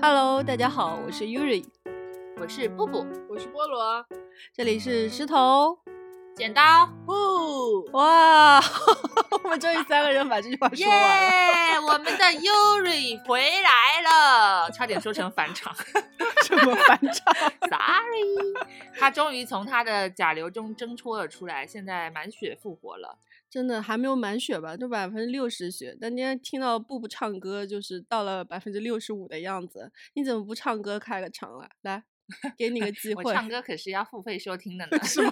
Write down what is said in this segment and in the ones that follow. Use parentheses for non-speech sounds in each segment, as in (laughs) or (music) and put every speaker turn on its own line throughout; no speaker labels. Hello，大家好，我是 Yuri，
我是布布，
我是菠萝，
这里是石头。
剪刀，
不，
哇， (laughs) 我们终于三个人把这句话
耶
说完了，
我们的 Yuri 回来了，差点说成返场 (laughs)
这么反常。
，sorry。他 (laughs) 终于从他的甲流中挣脱了出来，现在满血复活了。
(laughs) 真的还没有满血吧，就百分之六十血。但今天听到布布唱歌，就是到了百分之六十五的样子。你怎么不唱歌开个场啊？ (laughs) 来，给你个机
我
会，。
唱歌可是要付费收听的呢
(laughs) 是吗？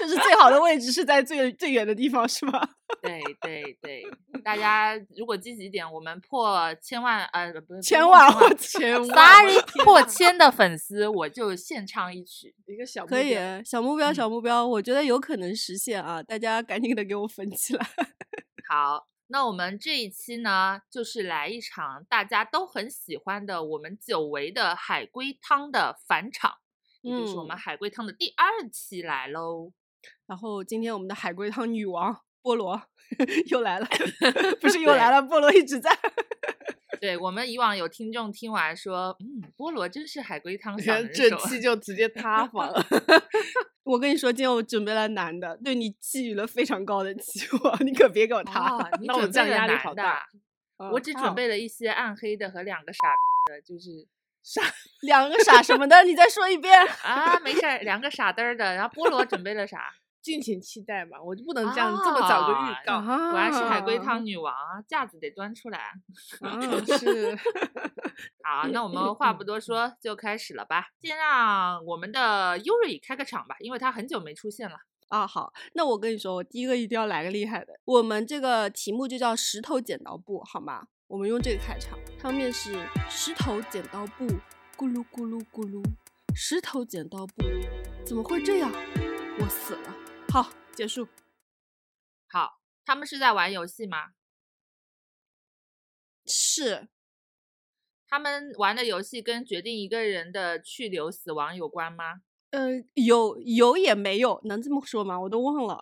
就是最好的位置是在最最远的地方，是 (laughs) 吗？
对对对，大家如果积极点，我们破千万呃不不是
千
破
万或千万，
(laughs) ，sorry 破千的粉丝，我就献唱一曲。
一个小
可以小目标，
嗯
小目标，我觉得有可能实现啊！大家赶紧的给我粉起来。
好，那我们这一期呢，就是来一场大家都很喜欢的我们久违的海龟汤的返场，也就是我们
嗯
海龟汤的第二期来喽。
然后今天我们的海龟汤女王菠萝 (laughs) 又来了，不是又来了，菠萝一直在。
对我们以往有听众听完说，嗯，菠萝真是海龟汤小能
这
手。
期就直接塌房了。
(laughs) 我跟你说，今天我准备了男的，对你寄予了非常高的期望，你可别给我他。
哦，你
那我
准
这
备了
样压力
男
好
的
大啊
嗯
我只
好
准备了一些暗黑的和两个傻的，就是
两个傻什么的，你再说一遍。
啊，没事儿，两个傻嘚儿的。然后菠萝准备了啥？
敬请期待嘛，我就不能嗯这样这么早就
啊
预告。嗯
果然是海龟
啊
汤女王啊，架子得端出来。
啊，是
嗯
好，那我们话不多说，就开始了吧。先让我们的 Yuri 开个场吧，因为他很久没出现了。
啊，好，那我跟你说，我第一个一定要来个厉害的。我们这个题目就叫石头剪刀布，好吗？我们用这个开场，汤面是石头剪刀布，咕噜咕噜咕噜，石头剪刀布，怎么会这样？我死了。好，结束。
好，他们是在玩游戏吗？
是
他们玩的游戏跟决定一个人的去留死亡有关吗？
呃，有有也没有，能这么说吗？我都忘了。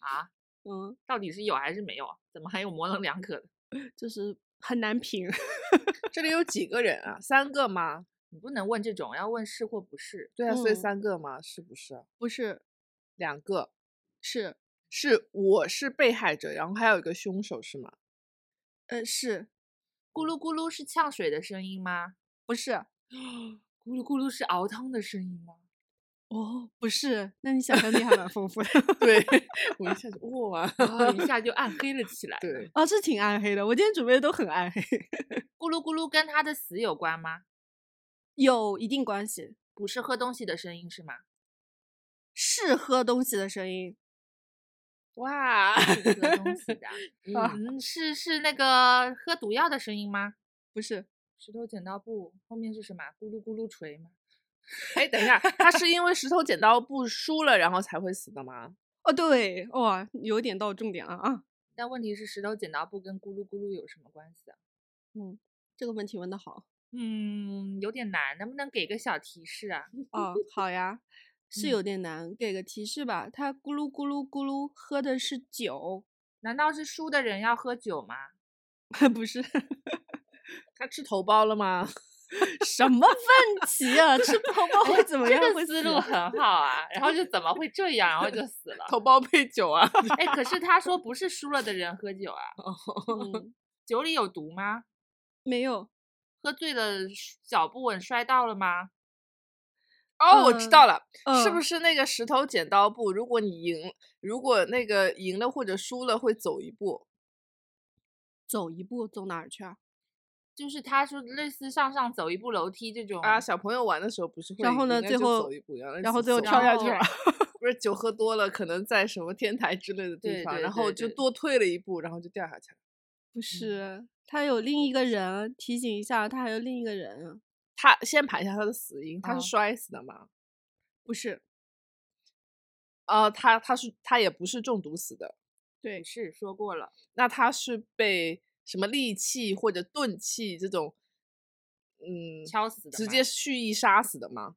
啊，
(laughs) 嗯，
到底是有还是没有？啊怎么还有模棱两可的？
就是很难评。 (laughs)
这里有几个人啊？三个吗？
你不能问这种，要问是或不是。
对啊，所以
嗯
三个嘛，是不是？
不是，
两个
是，
是我是被害者，然后还有一个凶手是吗？
呃，是
咕噜咕噜是呛水的声音吗？
不是？
咕噜咕噜是熬汤的声
(laughs)
音吗？
哦，不是。那你想象力还蛮丰富的。
对，我一下就
(laughs)
哇，
哦一下就暗黑了起来。
对，
啊，是挺暗黑的。我今天准备的都很暗黑， (laughs)
咕噜咕噜跟他的死有关吗？
有一定关系。
不是喝东西的声音是吗？
(laughs) 是喝东西的声音，
哇，
是喝东西
(laughs)
的。
嗯
嗯，是是那个喝毒药的声音吗？
不是
石头剪刀布后面是什么？咕噜咕噜锤吗？ (laughs)
哎，等一下， (laughs) 他是因为石头剪刀布输了，然后才会死的吗？
哦，对，哇，有点到重点了啊。
但问题是石头剪刀布跟咕噜咕噜有什么关系啊？
嗯，这个问题问的 (laughs) 好
嗯，有点难，能不能给个小提示啊？
啊、好呀，是
嗯
有点难，给个提示吧。他咕噜咕噜咕噜喝的是酒，
难道是输的人要喝酒吗？
不是
他吃头孢了吗？。
什么问题啊？吃泡 (laughs) 泡会怎么样？
这
会
个
死
思路
啊
很好啊，然后就怎么会这样，然后就死了
(laughs)
头孢配酒啊？
哎，可是他说不是输了的人喝酒啊，
嗯，
酒里有毒吗？
没有，
喝醉了脚不稳摔到了吗？
哦，我知
嗯
道了，是不
嗯
是那个石头剪刀布？如果你赢，如果那个赢了或者输了，会走一步。
走一步走哪儿去啊？
就是他说类似上上走一步楼梯这种
啊，小朋友玩的时候不是会
哦然后
应
呢
该
最
就
后
走一步，然后
然后
走
最后
走
跳
然
下去
后
了 (laughs)
(laughs) 不是酒喝多了，可能在什么天台之类的地
对
方，
对
然后
对
就
对
多退了一步，然后就掉下去了。
不是，他嗯有另一个人，提醒一下，他还有另一个人，啊
他先盘一下他的死因，他
啊
是摔死的吗？
不是，
呃，他他是他也不是中毒死的，
对
不，是说过了，
那他是被什么利器或者钝器这种，嗯，
敲死的
直
吗
接蓄意杀死的吗？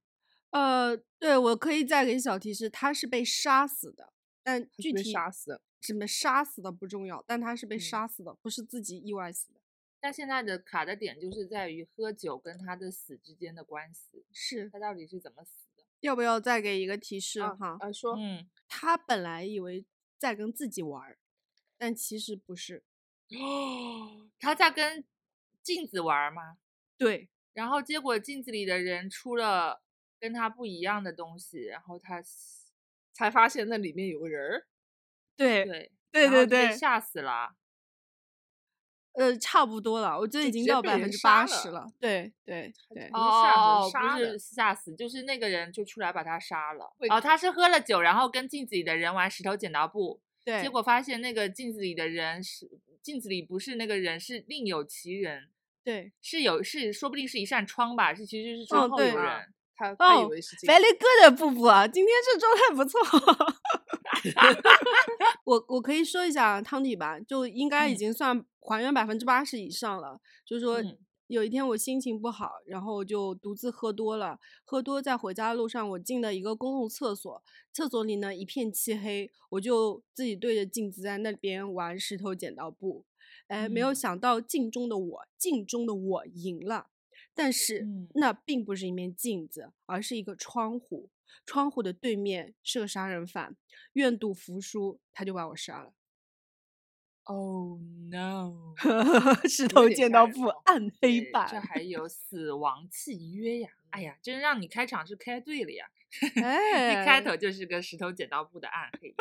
呃，对，我可以再给小提示，他是被杀死的，但
他是
具
被
体
杀死的。
怎么杀死的不重要，但他是被
嗯
杀死的，不是自己意外死的。
但现在的卡的点就是在于喝酒跟他的死之间的关系，
是
他到底是怎么死的？
要不要再给一个提示
啊
哈？
啊，说
嗯， (gasps)
他本来以为在跟自己玩儿，但其实不是。
他在跟镜子玩儿吗？
对，
然后结果镜子里的人出了跟他不一样的东西，然后他死
才发现那里面有个人儿，
对，
对
对
然后
对
就被
对，
吓死了。
呃，差不多了，我觉得已
就
经
直接
到
被
百
人
分之八
杀
十
了
了。对对对
就
哦
不是吓死
哦哦，
是杀
不是
的
吓死，就是那个人就出来把他杀了
会。
哦，他是喝了酒，然后跟镜子里的人玩石头剪刀布，
对，
结果发现那个镜子里的人是镜子里不是那个人，是另有其人，
对
是有是说不定是一扇窗吧，是其实是
哦
窗后
对
有
啊
人。
他他以
哦
为是这个。
，very good，布布啊，今天这状态不错。 (laughs) 我我可以说一下汤底吧，就应该已
嗯
经算还原百分之八十以上了。就是说
嗯
有一天我心情不好，然后就独自喝多了。喝多在回家的路上，我进了一个公共厕所，厕所里呢一片漆黑，我就自己对着镜子在那边玩石头剪刀布。哎，没有
嗯
想到镜中的我，镜中的我赢了。但是、
嗯
那并不是一面镜子，而是一个窗户。窗户的对面是个杀人犯，愿赌服输，他就把我杀了。
Oh
(laughs)
no！
石
有
头
点
剪
吓
刀
人
布，
哦
暗黑
对这
版。
还有死亡契约呀！哎
嗯
呀，真让你开场是开对了呀！
哎
(laughs) 一开头就是个石头剪刀布的暗黑。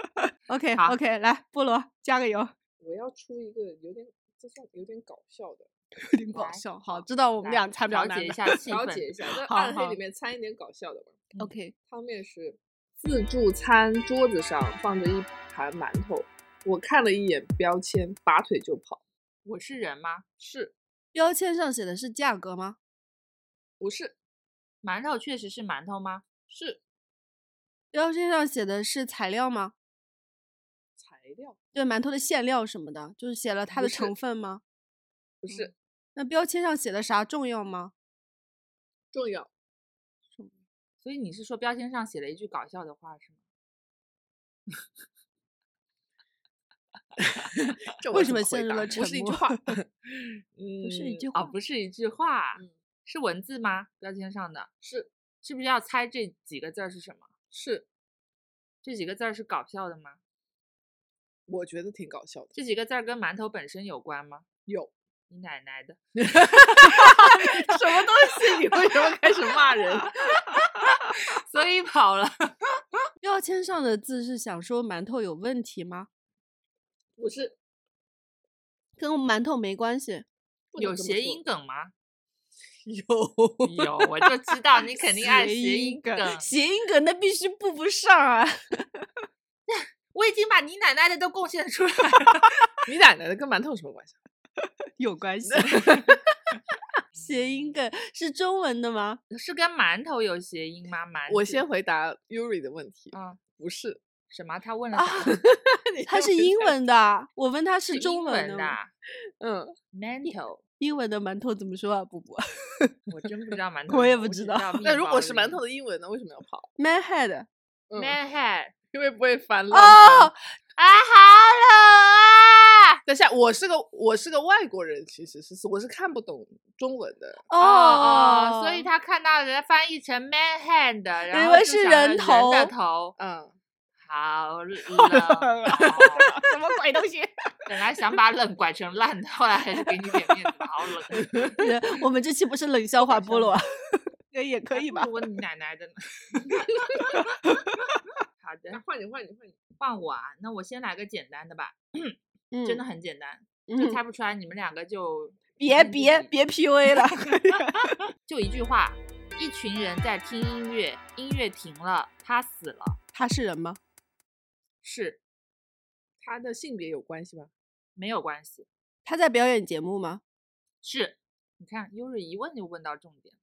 OK
好
OK，来菠萝加个油，
我要出一个有点，这算有点搞笑的，
有点搞
来
笑。好，知道我们
来
俩猜不了
调
难
节一
的。
下气
调
氛。
解一下，在
好
暗黑
好
里面掺一点搞笑的吧。
OK，
汤面是自助餐桌子上放着一盘馒头，我看了一眼标签，拔腿就跑。
我是人吗？
是
标签上写的是价格吗？
不是？
(laughs) 馒头确实是馒头吗？
是
标签上写的是材料吗？
材料，
对，馒头的馅料什么的，就是写了它
不
的
是
成分吗？
不是、
那标签上写的啥重要吗？
重要。
所以你是说标签上写了一句搞笑的话是吗？
这
为
我
什
怎
么
回
陷入
答
了
不是
沉
一句
默
话，
不
不
是一句话
哦，不是一句话，
嗯
是文字吗？标签上的
是
是不是要猜这几个字儿是什么？
是，
这几个字儿是搞笑的吗？
我觉得挺搞笑的。
这几个字儿跟馒头本身有关吗？
有
你奶奶的！
什么东西？你为什么开始骂人？
(laughs) 所以跑 (laughs) 了。
标签上的字是想说馒头有问题吗？
不是，
跟馒头没关系。
不能
有
这么
谐
说
音。梗吗？
有
有，我就知道你肯定爱
谐
谐音梗。
谐音梗那必须步不上啊！
我已经把你奶奶的都贡献出来了。 (laughs)
你奶奶的跟馒头有什么关系？
有关系。谐音梗是中文的 (laughs) 吗？
是跟馒头有谐音吗？馒 (laughs)
我
字
先回答 Yuri 的问题，
啊、
不是，
什么？他问了
啊
啥？
它是英文的啊，我问它是
是
中
英文
的
的
吗。
啊
嗯，
，mantle。
英文的馒头怎么说啊？布布 (laughs)
我真不知道馒头是什么，
我也不知
只
道
道面
那如
包
果是
而
馒
已
头的英文呢？为什么要跑？
，man head。
嗯，
，man head
因为不会翻
哦，
了。
啊，hello 啊，
等一下，我是个我是个外国人，其实是我是看不懂中文的。
哦
哦，所以他看到人家翻译成 man hand，然
因
后
为
就是想
人
着的头，
嗯，
好
了
冷哦，
啊什么鬼东西？
(laughs) 本来想把冷拐成烂的，后来还是给你点面子吧，好冷。啊
我们这期不是冷 (laughs) 笑话菠萝，也也 (laughs) 可
还
以
不
吧
如？我你奶奶的呢。好的，
换你，换你，换你。
换我啊，那我先来个简单的吧，真的很简单，
嗯，
就
嗯
猜不出来你们两个就
别
嗯
别别 PUA (laughs) 了。
(laughs) 就一句话，一群人在听音乐，音乐停了，他死了，
他是人吗？
是
他的性别有关系吗？ (laughs)
没有关系，
他在表演节目吗？
是。你看，优瑞一问就问到重点，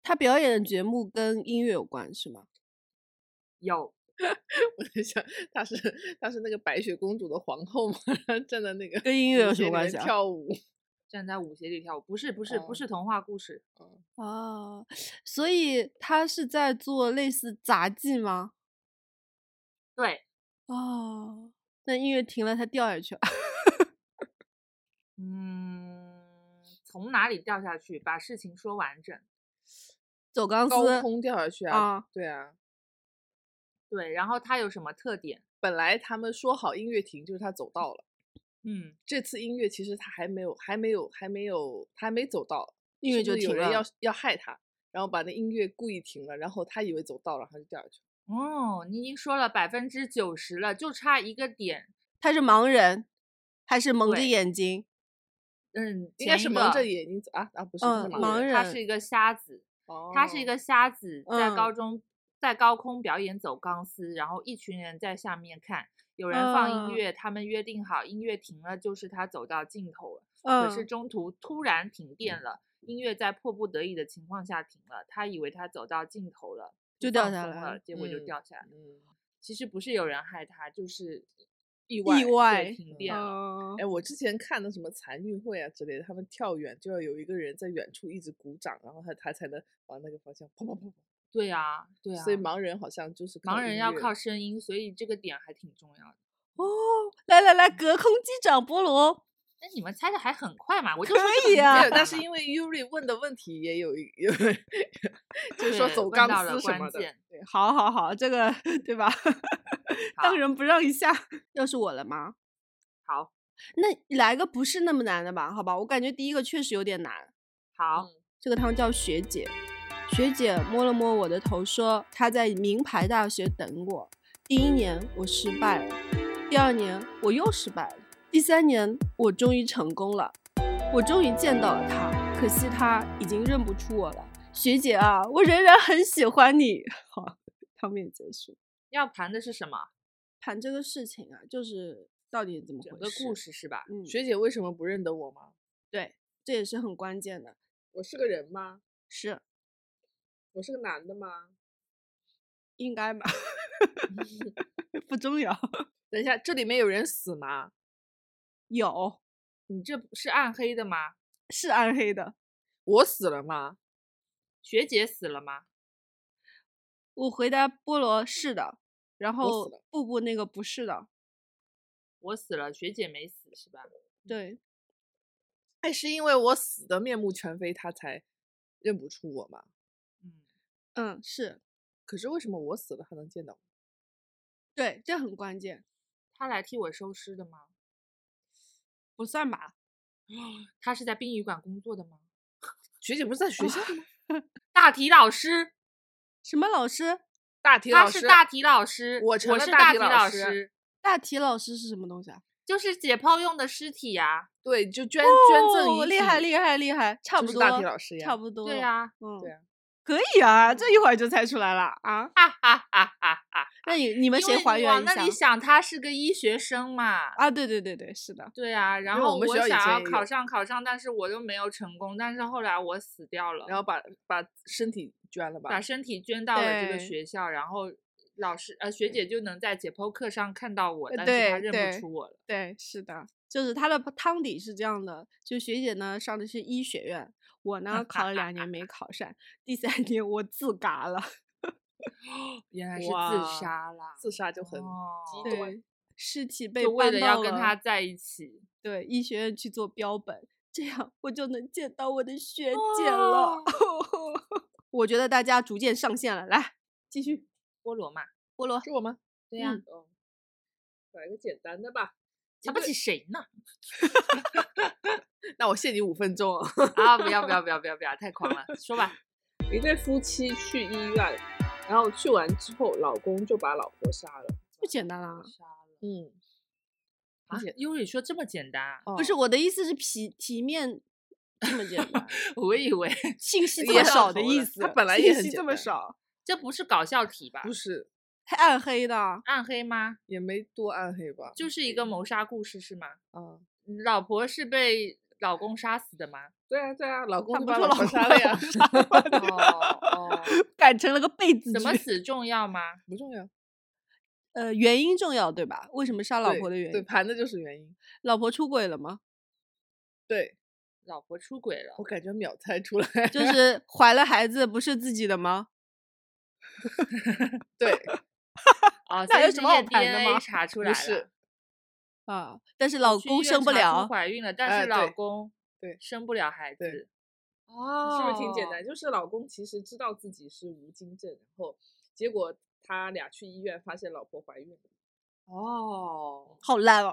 他表演的节目跟音乐有关是吗？
有
我在想，他是他是那个白雪公主的皇后吗？ (laughs) 站在那个
跟音乐
舞
有
鞋
什么
里
关
面
系啊？
跳舞，
站在舞鞋里跳舞，不是不是不
哦
是童话故事，
哦，所以他是在做类似杂技吗？
对，
哦，那音乐停了，他掉下去了。
嗯，从哪里掉下去，把事情说完整。
(laughs) 走钢
高
丝
空掉下去啊，
啊，
对啊。
对，然后它有什么特点？
本来他们说好音乐停，就是他走到了。
嗯，
这次音乐其实他还没有，还没有，还没有，他还没走到，
音
是
乐
不
就是
有
停了
人
啊
要要害他，然后把那音乐故意停了，然后他以为走到了，他就掉下去了。
哦，你已经说了百分之九十了，就差一个点。
他是盲人，还是蒙着
对
眼睛？
嗯，
应该
前
是
一
蒙
个
着眼睛走啊啊，不是，不是
嗯
盲
盲
人，
他
人
是一个瞎子，他是一
哦
个瞎子，在高
嗯
中、在高空表演走钢丝，然后一群人在下面看，有人
嗯
放音乐，他们约定好音乐停了就是他走到尽头了。
嗯，
可是中途突然停电了，音乐在迫不得已的情况下停了，他以为他走到尽头了，
就掉
放
下
松
来
了，
了
结果就
嗯
掉下来。
嗯，
其实不是有人害他，就是
意外
意
对
外
停电了。
嗯
哎，我之前看的什么残运会啊之类的，他们跳远就要有一个人在远处一直鼓掌，然后他他才能往那个方向砰砰砰。
对呀，对呀。
所以盲人好像就是靠
盲人
音
要
乐
靠声音，所以这个点还挺重要的。
哦，来来来，隔空击掌菠萝，
但你们猜的还很快嘛，我就说
可
这个
以
很
啊
简
对，那
单
是
嘛
因为 Yuri 问的问题也有一，
(laughs)
有就是说
对
走
问
钢
到了
丝什
关
么的
键。
对，
好好好，这个 (laughs) 对吧？
好
当仁不让一下，又是我了吗？
好
那来个不是那么难的吧？好吧，我感觉第一个确实有点难。
好，
这个汤叫学姐，学姐摸了摸我的头，说她在名牌大学等我。第一年我失败了，第二年我又失败了，第三年我终于成功了，我终于见到了她，可惜她已经认不出我了。学姐啊，我仍然很喜欢你。 (laughs) 好，汤面结束。
要盘的是什么？
谈这个事情啊，就是到底怎么
整
回
个
事？
故，事是吧？
嗯，
学姐为什么不认得我吗？
对，这也是很关键的。
我是个人吗？
是，
我是个男的吗？
应该
(laughs)
吧？ (laughs) 不重要。 (laughs)
等一下，这里面有人死吗？
有
你这不是暗黑的吗？
是暗黑的，
我死了吗？
学姐死了吗？
我回答菠萝是的，然
我死
后布布那个不是的，
我死了，学姐没死是吧？
对，
哎，是因为我死的面目全非，他才认不出我吗？
嗯，
嗯，是
可是为什么我死了还能见到我？
对，这很关键，
他来替我收尸的吗？
不算吧？
他是在殡仪馆工作的吗？
学姐不是在学校吗？
大体老师，
什么老师？
(laughs) 大体
他
老
是
师，
大体老师，
我
我
成了
是
大
大
体
体
老
老
师
师，
大体老师是什么东西啊？
就是解剖用的尸体呀、
对，就捐、捐赠遗
哦，
体，
厉害厉害厉害，差
就
不
是
多，
大体老师呀
差不多，
对、呀、
嗯，
对啊
可以啊，这一会儿就猜出来了啊。
哈哈哈哈哈！
那你你们
因
谁
为
还
你
原
往
一
那里
下？
想，他是个医学生嘛。
啊，对对对对，是的，
对啊，然
因为我
后
们学校以
想
前
要
也
考
有
上考上，但是我又没有成功，但是后来我死掉了，
然后把把身体捐了吧，
把身体捐到了这个
对
学校，然后老师呃学姐就能在解剖课上看到我，
呃
但是
对
她认不
对
出我了。
对，是的，就是他的汤底是这样的，就学姐呢上的是医学院，我呢考了两年没考上，第三年我自嘎了。
原来是
哇
自杀啦，
自杀就很
哦
极端。
对，尸体被
就为
搬
了
到
要跟他
了
在一起。
对医学院去做标本，这样我就能见到我的学姐
哦
了。 (laughs) 我觉得大家逐渐上线了，来继续
菠萝嘛，
菠萝
是我吗？
对
呀
哦，来个简单的吧。
瞧不起谁呢？
那我限你五分钟啊！ (laughs)
啊，不要不要不要不要不要，太狂了，说吧。
一对夫妻去医院，然后去完之后，老公就把老婆杀了。
不简单啦、
杀了
嗯，
啊
简！
优里说这么简单啊，
不是我的意思是皮体面这么简单，
我以为 (laughs)
信息这
也
么少的
上头
意
了
思，
它本来
信
也很
息
简
这么
单
少，
这不是搞笑题吧？
不是，
太暗黑的。
暗黑吗？
也没多暗黑吧？
就是一个谋杀故事是吗？嗯
啊，
老婆是被老公杀死的吗？
对啊对啊，老公
他
就
不说
把
老
老婆
公
杀
把
了呀
老，婆杀
哦哦，
改成了个被子
怎么
句
死重要吗？
(laughs) 不重要。
呃，原因重要对吧？为什么杀老
对
婆的原
对
因？
盘的就是原因。
老婆出轨了吗？
对
老婆出轨了
我，感觉秒猜出来，
就是怀了孩子不是自己的吗？
对，
哦，
那
所以
有
是
什么好
验
盘的
DNA
吗
查出
不
来
是
了，
啊，但是老
去
公
医院
生不
查出
了，
怀孕了，呃
哎
但是
对
老公
对
生不了孩
对
子。哦，
是不是挺简单？？就是老公其实知道自己是无精症，然后结果他俩去医院发现老婆怀孕了。
哦，
好烂哦，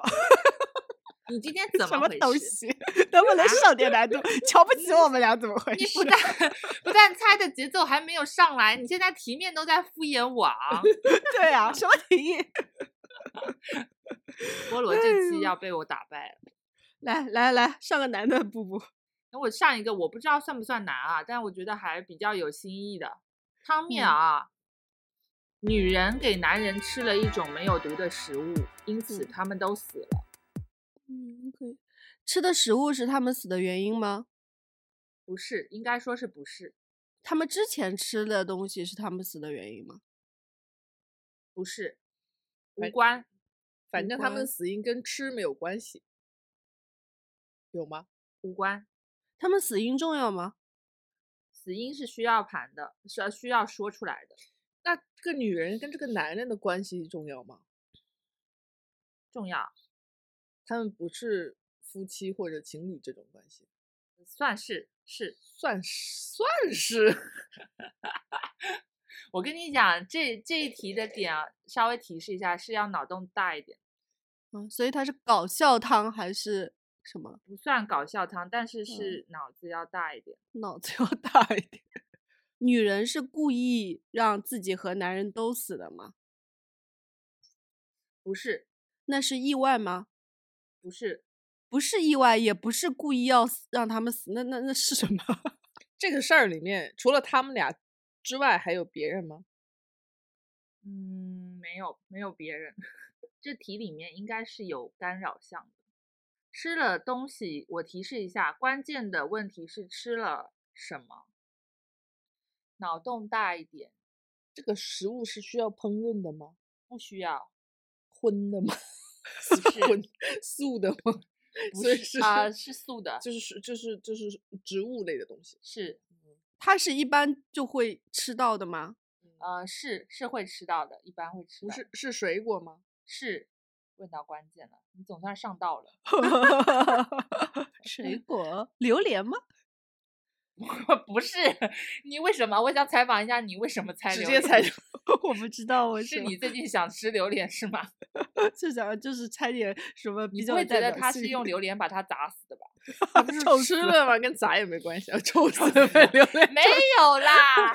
你今 (laughs) 天怎
什
么
么
回
东
事？
西？ (laughs) 能不能上点难度？瞧不起我们俩怎么回
你
事
不？但不但猜的节奏还没有上来，你现在题面都在敷衍我 (laughs) 啊！
(laughs) 对啊，什么提议？ (laughs)
菠萝这期要被我打败了。
来来来，上个男的，布布。
那我上一个我不知道算不算难啊，但我觉得还比较有新意的汤面
嗯
啊。女人给男人吃了一种没有毒的食物，因此
嗯
他们都死了。
嗯，可以。吃的食物是他们死的原因吗？
不是，应该说是不是？
他们之前吃的东西是他们死的原因吗？
不是，无
哎
关。
反
无
正他
关
们死因跟吃没有关系，有吗？
无关，
他们死因重要吗？
死因是需要盘的，是要需要说出来的，
那这个女人跟这个男人的关系重要吗？
重要
他们不是夫妻或者情侣这种关系，
算是是。
算是算是 (laughs)
我跟你讲，这这一题的点啊，稍微提示一下，是要脑洞大一点，
嗯，所以它是搞笑汤还是什么？
不算搞笑汤，但
嗯
是是脑子要大一点。
脑子要大一点。女人是故意让自己和男人都死的吗？
不是，
那是意外吗？
不是，
不是意外，也不是故意要死让他们死，那那那是什么？ (laughs)
这个事儿里面，除了他们俩之外，还有别人吗？
嗯，没有，没有别人。 (laughs) 这题里面应该是有干扰项的。吃了东西，我提示一下，关键的问题是吃了什么。脑洞大一点，
这个食物是需要烹饪的吗？
不需要，
荤的吗？
不是，
(laughs) 荤素的吗？
不
所以
是
是
啊、是素的，
就是就是就是植物类的东西。
是
它是一般就会吃到的吗？
呃，是是会吃到的，一般会吃
不
到。
是是水果吗？
是，问到关键了，你总算上道了。
(laughs) (laughs) 水果，榴莲吗？
(laughs)
(laughs)
不是，你为什么？我想采访一下你为什么猜
直
榴
接
莲
猜
是
我不知道，我
是
说
你最近想吃榴莲是 (laughs) 吗？
就想就是拆点什么比
你不
较
会
有
觉
代
得
表
他
性
是用榴莲把它砸死的吧？
它不是
臭
吃
死
了吗？跟砸也没关系啊，臭死了呗，榴
(laughs)
莲
没有 (laughs) 啦，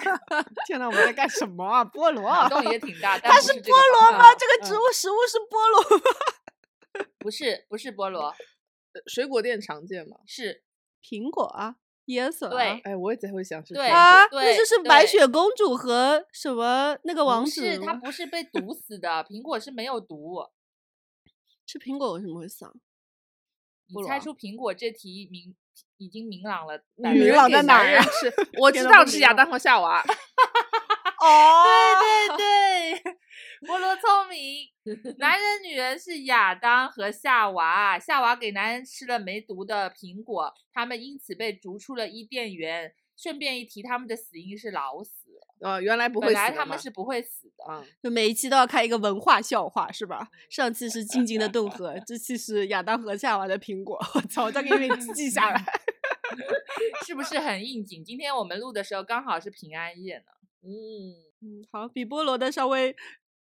天呐，我们在干什么啊？菠萝啊
脑，洞也挺 (laughs) 大，但
它
不
是
这
菠
个方
萝
向
吗？
啊
这个植嗯物食物是菠 (laughs) 萝吗？
不是不是菠萝，
呃水果店常见吗？
是
苹果啊，椰子啊
对
哎，我也才会想是
对
水
啊，
果
那就
对
是白
对
雪公主和什么那个王
不
子
是它
吗
不是被毒死的，苹果是没有毒。
吃苹果为什么会啊 (laughs) 丧？菠
你
萝
猜
啊
出苹果这题明已经明朗了百
女
分之
明
九
朗在
十，
人给
哪
男
儿
(laughs)
人
啊 (laughs)
吃我知
天呐
道
不
是
明
亚
朗
当和
(laughs)
夏娃，
哦，
对对对，菠萝聪明。男人、女人是亚当和夏娃，夏娃给男人吃了没毒的苹果，他们因此被逐出了伊甸园。顺便一提，他们的死因是老死，
呃，原来不会
本
死
来
的
他们
吗
是不会死的。
啊，
就每一期都要看一个文化笑话是吧？上期是静静的顿河，这期是亚当和夏娃的苹果。我操，我再给你们记下来。
是不是很应景？今天我们录的时候刚好是平安夜呢。
嗯，
(laughs) 嗯，好，比菠萝的稍微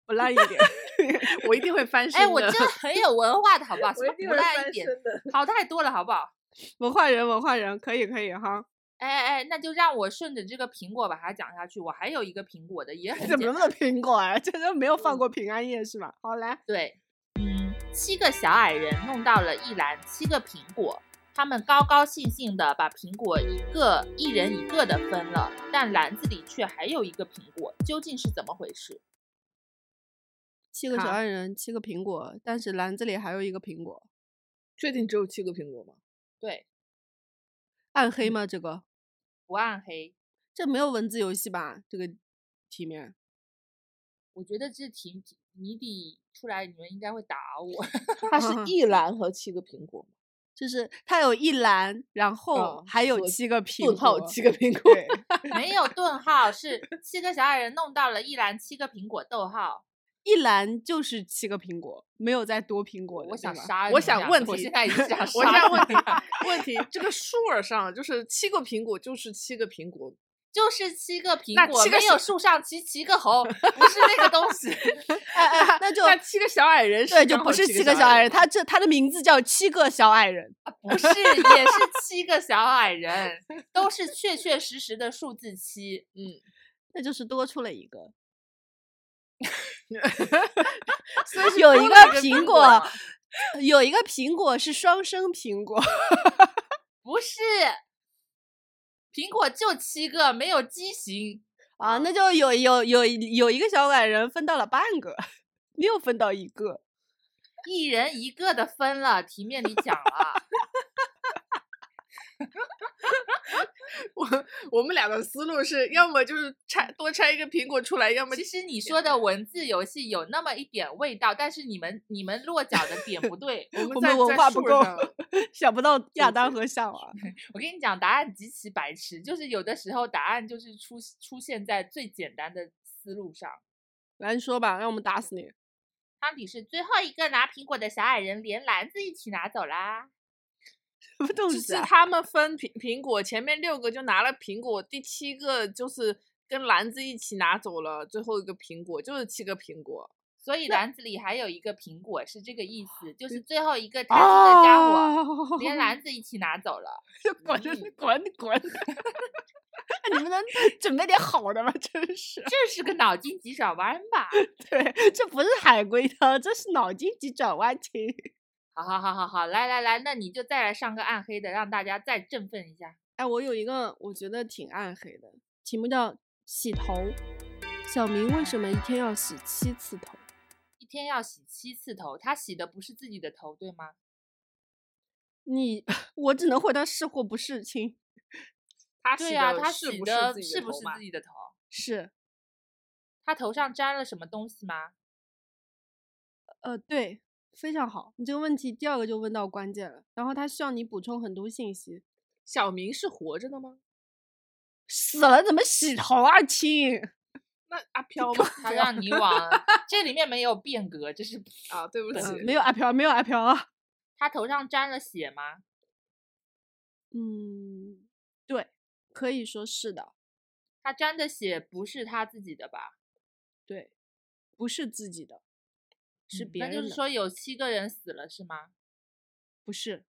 不烂一 (laughs) 点。
(laughs) 我一定会翻身
哎，我真
的
的很有文化的好不好？什
(laughs) 我
么
一定
不
会
赖一
翻
点，
身的。
好太多了好不好？
(laughs) 文化人，文化人，可以，可以
(laughs)
哈。
哎哎，那就让我顺着这个苹果把它讲下去。我还有一个苹果的
(laughs)
也很
怎
简
么那么苹果啊？这都没有
嗯
放过平安夜是吧？好来，
对，嗯，七个小矮人弄到了一篮七个苹果，他们高高兴兴的把苹果一个一人一个的分了，但篮子里却还有一个苹果，究竟是怎么回事？
七个小
好
矮人，七个苹果，但是篮子里还有一个苹果。
确定只有七个苹果吗？
对，
暗黑吗？这个
不暗黑，
这没有文字游戏吧？这个题面。
我觉得这题谜底出来，你们应该会打 (laughs) 我。
它是一篮和七个苹果
(laughs)
吗，
就是它有一篮，然后
嗯
还有
我
七个苹果，
顿号七个苹果。
对，
(laughs) 没有顿号，是七个小矮人弄到了一篮七个苹果，逗号。
一篮就是七个苹果，没有再多苹果的。
我
对
想
吧
杀
我
你
想
俩
问
我
题
现在已经想
我
杀
现在
你
问
(laughs)
题
俩
问题，这个数儿上就是七个苹果就是七个苹果，
就是七 (laughs) 个苹
那
果，
七个
没
是
有树上骑七个猴，不是那个东 (laughs) 西。
哎 (laughs) 哎，那就
那七个小矮人
对，就
刚
不
好
是
七
七个小矮
矮
人，他这他的名字叫七个小矮人。
不是，也是七个小矮人，都是确确实实的数字七。嗯，
那就是多出了一个，
所以是
有
多
一
了
个
个
苹
果
果
嘛，
有一个苹果是双生苹果，
不是，苹果就七个，没有畸形。
啊，那就有有有有一个小矮人分到了半个，没有分到一个。
一人一个的分了，题面里讲了，
(laughs) 我我们俩的思路是，要么就是拆多拆一个苹果出来，要么
其实你说的文字游戏有那么一点味道，但是你们你们落脚的点不对。 (laughs)
我们
我
在
们文
在
化不
树
够
上
(laughs) 想不到亚当
对
和夏娃，
我跟你讲，答案极其白痴，就是有的时候答案就是出出现在最简单的思路上。
来你说吧，让我们打死你。 (laughs)
汤底是最后一个拿苹果的小矮人连篮子一起拿走啦。
什么东
就
西
是
啊？
他们分苹苹果，前面六个就拿了苹果，第七个就是跟篮子一起拿走了，最后一个苹果就是七个苹果。
所以篮子里还有一个苹果，是这个意思，就是最后一个
哦
贪心的家
(laughs)
伙、
伙
(laughs) 连篮子一起拿走了。
滚滚滚！嗯哎你们能准备点好的吗？ (laughs) 真是，
这是个脑筋急转弯吧？ (laughs)
对，这不是海龟汤，这是脑筋急转弯题。
好好好好好，来来来，那你就再来上个暗黑的，让大家再振奋一下。
哎，我有一个我觉得挺暗黑的，题目叫“洗头”。小明为什么一天要洗七次头？
一天要洗七次头，他洗的不是自己的头，对吗？
你我只能回答是或不是，亲。
他
对
洗
呀、
的
他
是
洗
不
的
自己
是
的
不
头
是
嘛
自己的头？
是，
他头上沾了什么东西 (laughs) 吗？
呃，对，非常好。你这个问题第二个就问到关键了，然后他需要你补充很多信息。
小明是活着的吗？
死了怎么洗头啊，亲？
那阿飘吗？
他让你往这里面没有变革，这是
啊，对不起，
嗯没有阿飘，没有阿飘啊。
他头上沾了血吗？
嗯，对，可以说是的，
他沾的血不是他自己的吧？
对，不是自己的，是
嗯
别人
那
的，
就是说有七个人死了是吗？
不是。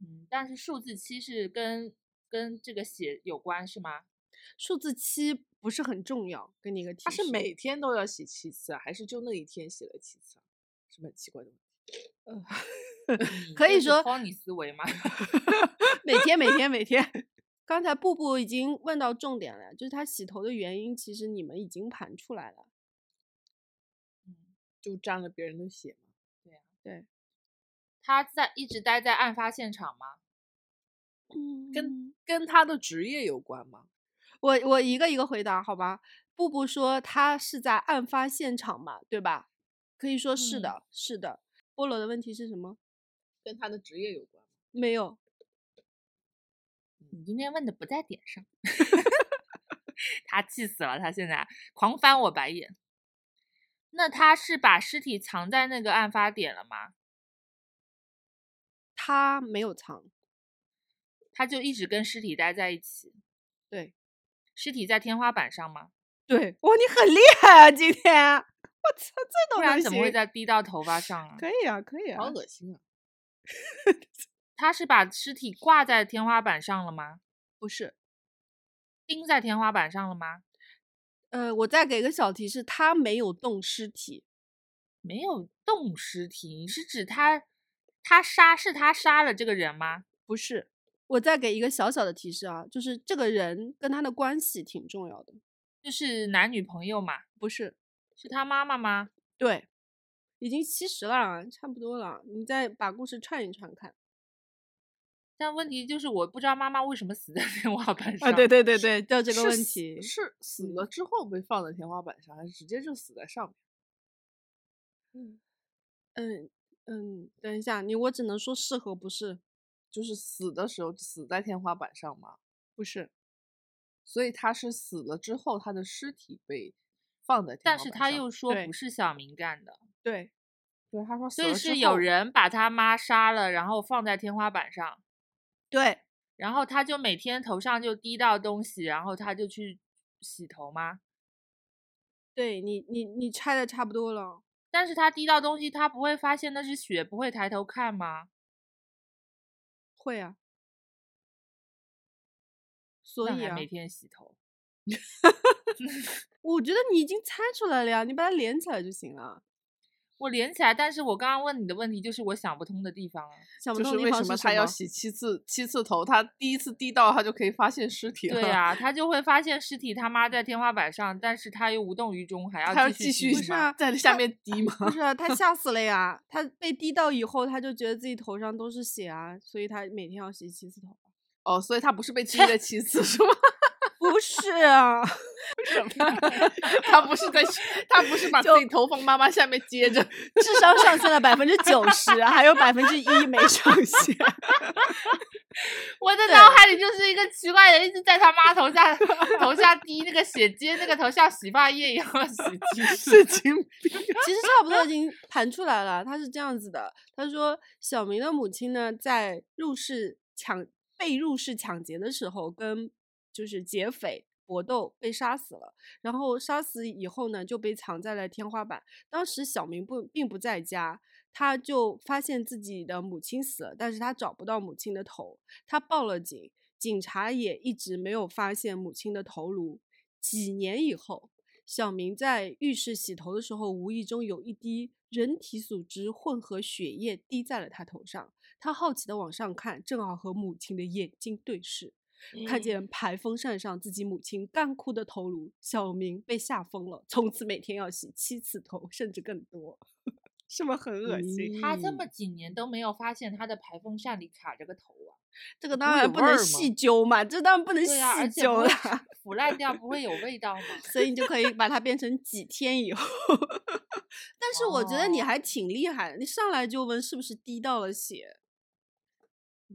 嗯，但是数字七是跟跟这个血有关是吗？
数字七不是很重要，给你一个提
他
示。
是每天都要洗七次啊，还是就那一天洗了七次啊？是不是很奇怪的问题？
你
可以
这是
说
托尼思维吗？ (laughs)
每天每天每天。 (laughs) 刚才布布已经问到重点了，就是他洗头的原因，其实你们已经盘出来了。
就沾了别人的血吗？
他在一直待在案发现场吗？
跟
跟他的职业有关吗？
嗯我我一个一个回答好吧。布布说他是在案发现场嘛，对吧？可以说是
嗯
的，是的。菠萝的问题是什么？
跟他的职业有关吗？
没有，
你今天问的不在点上， (laughs) 他气死了，他现在狂翻我白眼。那他是把尸体藏在那个案发点了吗？
他没有藏。
他就一直跟尸体待在一起。
对，
尸体在天花板上吗？
对，哇，你很厉害啊！今天，我操，这
不
都
然
能
怎么会
行
在滴到头发上啊？
可以啊，可以啊
好，恶心啊！
他是把尸体挂在天花板上了吗？
不是。
钉在天花板上了吗？
呃，我再给个小提示，他没有动尸体，
没有动尸体，你是指他他杀是他杀了这个人吗？
不是。我再给一个小小的提示啊，就是这个人跟他的关系挺重要的，
就是男女朋友嘛？
不是？
是他妈妈吗？
对，已经七十了啊，差不多了，你再把故事串一串看
但问题就是我不知道妈妈为什么死在天花板上。
啊对对对，就这个
是
问
死
题，
是死
嗯
了之后被放在天花板上，还是直接就死在上面？
嗯嗯，等一下，你我只能说是和不是，
就是死的时候死在天花板上嘛？
不是，
所以他是死了之后，他的尸体被放在天
但
花
是
板
他
上
又说
对
不是小明干的，
对，
对他说死
所
了
以
之后，
是有人把他妈杀了，然后放在天花板上，
对，
然后他就每天头上就滴到东西，然后他就去洗头吗？
对你你你猜的差不多了。
但是他滴到东西，他不会发现那是血，不会抬头看吗？
会啊，所
那
以
还
啊，
每天洗头。
我觉得你已经猜出来了呀，你把它连起来就行了。
我连起来，但是我刚刚问你的问题就是我想不通的地方啊。
想不
就
通
是
的地
为
方
什
是
么他要洗七次七次头，他第一次滴到他就可以发现尸体了。
对呀、他就会发现尸体他妈在天花板上，但是他又无动于衷，还
他要
要
继续
洗
不是
吗
啊
在下
他
面滴吗？ (laughs)
不是啊，他吓死了呀！他被滴到以后，他就觉得自己头上都是血啊，所以他每天要洗七次头。
哦，所以他不是被滴了七次是吗？
不是啊，
(laughs)
他不是在他不是把自
就
己头放妈妈下面接着，
智商上升了百分之九十，还有百分之一没上 (laughs) 线。
我的脑海里就是一个奇怪的，一直在他妈头下头下滴那个血，接那个头像洗发液一样的洗剂。
(laughs)
神经病。
其实差不多已经盘出来了。他是这样子的，他说小明的母亲呢，在入室抢被入室抢劫的时候，跟就是劫匪搏斗被杀死了。然后杀死以后呢，就被藏在了天花板。当时小明不并不在家，他就发现自己的母亲死了，但是他找不到母亲的头，他报了警，警察也一直没有发现母亲的头颅。几年以后，小明在浴室洗头的时候，无意中有一滴人体组织混合血液滴在了他头上。他好奇的往上看，正好和母亲的眼睛对视，
哎
看见排风扇上自己母亲干枯的头颅。小明被吓疯了，从此每天要洗七次头，甚至更多。 (laughs) 是不是很恶心？
他
嗯
这么几年都没有发现他的排风扇里卡着个头啊！
这个
不
当
会
然
有
不
味
能
儿吗
细究嘛，这当然不能
对啊，而
细
且不
究
会
了。
腐烂掉，不会有味道吗？
所以你就可以把它变成几天以后。但是我觉得你还挺厉害的，你上来就问是不是滴到了血，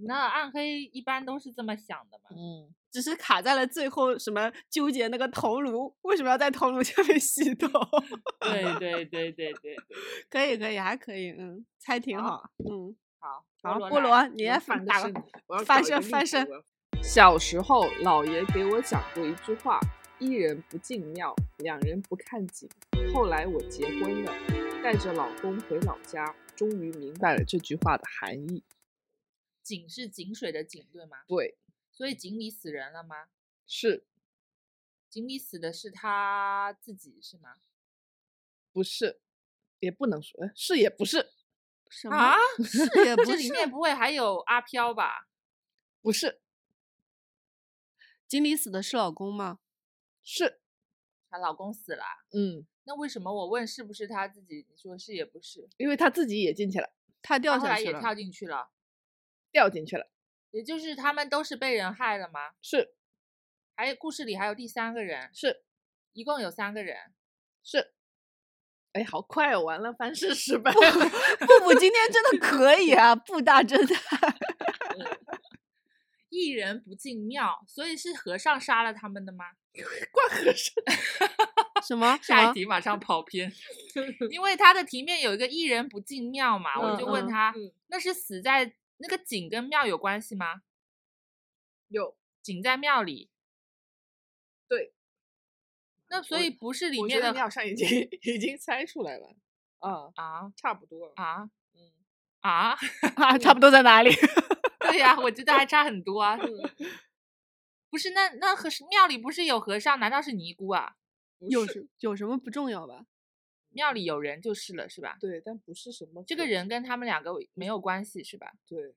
那暗黑一般都是这么想的嘛？
嗯，
只是卡在了最后什么纠结那个头颅，为什么要在头颅下面洗 (laughs) 头？
对对对对对对，
可以可以，还可以，嗯，猜挺
好
好，嗯，
好，
好，菠
菠
萝，你
我
来
要
反
翻
打
身
个
我要
翻
找一个
身翻
例子
身
我要小时候，老爷给我讲过一句话：“一人不进庙，两人不看景。”后来我结婚了，带着老公回老家，终于明白了这句话的含义。
井是井水的井，对吗？
对，
所以井里死人了吗？
是
井里死的是他自己是吗？
不是？也不能说呃是也不是，
什
(laughs)
么？是也
这
啊不
里
是，
面不会还有阿飘吧？
不是
锦鲤死的是老公吗？
是，
她老公死了啊，
嗯，
那为什么我问是不是她自己？你说是也不是，
因为他自己也进去了，
他
她
掉
后
下
来
去
也
了， (laughs)
跳进去了，
掉进去了，
也就是他们都是被人害了吗？
是
还有故事里还有第三个人，
是
一共有三个人。
是。哎，好快哦！完了，凡事失败。 (laughs)
布布今天真 (laughs) 的可以啊，布大侦探，
一人不进庙，所以是和尚杀了他们的吗？
怪和尚，
(laughs) 什么什
下一
么？
题马上跑偏，因为他的题面有一个“一人不进庙”嘛，我就
嗯
问
嗯
他，
(laughs) 嗯
那是死在那个井跟庙有关系吗？
有
井在庙里，
对，嗯
那所
我
以不是里
我
面
觉得
的
你好像已经 (laughs) 已经猜出来了，啊，
啊
差不多，
啊
嗯，
啊！ (laughs)
啊，差不多在哪里？
对呀、我觉得还差很多啊。
嗯
不是，那那和庙里不是有和尚，难道是尼姑啊？
不
有
是
什有什么不重要吧？
庙里有人就是了，是吧？
对，但不是什么
这个
和
人跟他们两个没有关系，是吧？
对，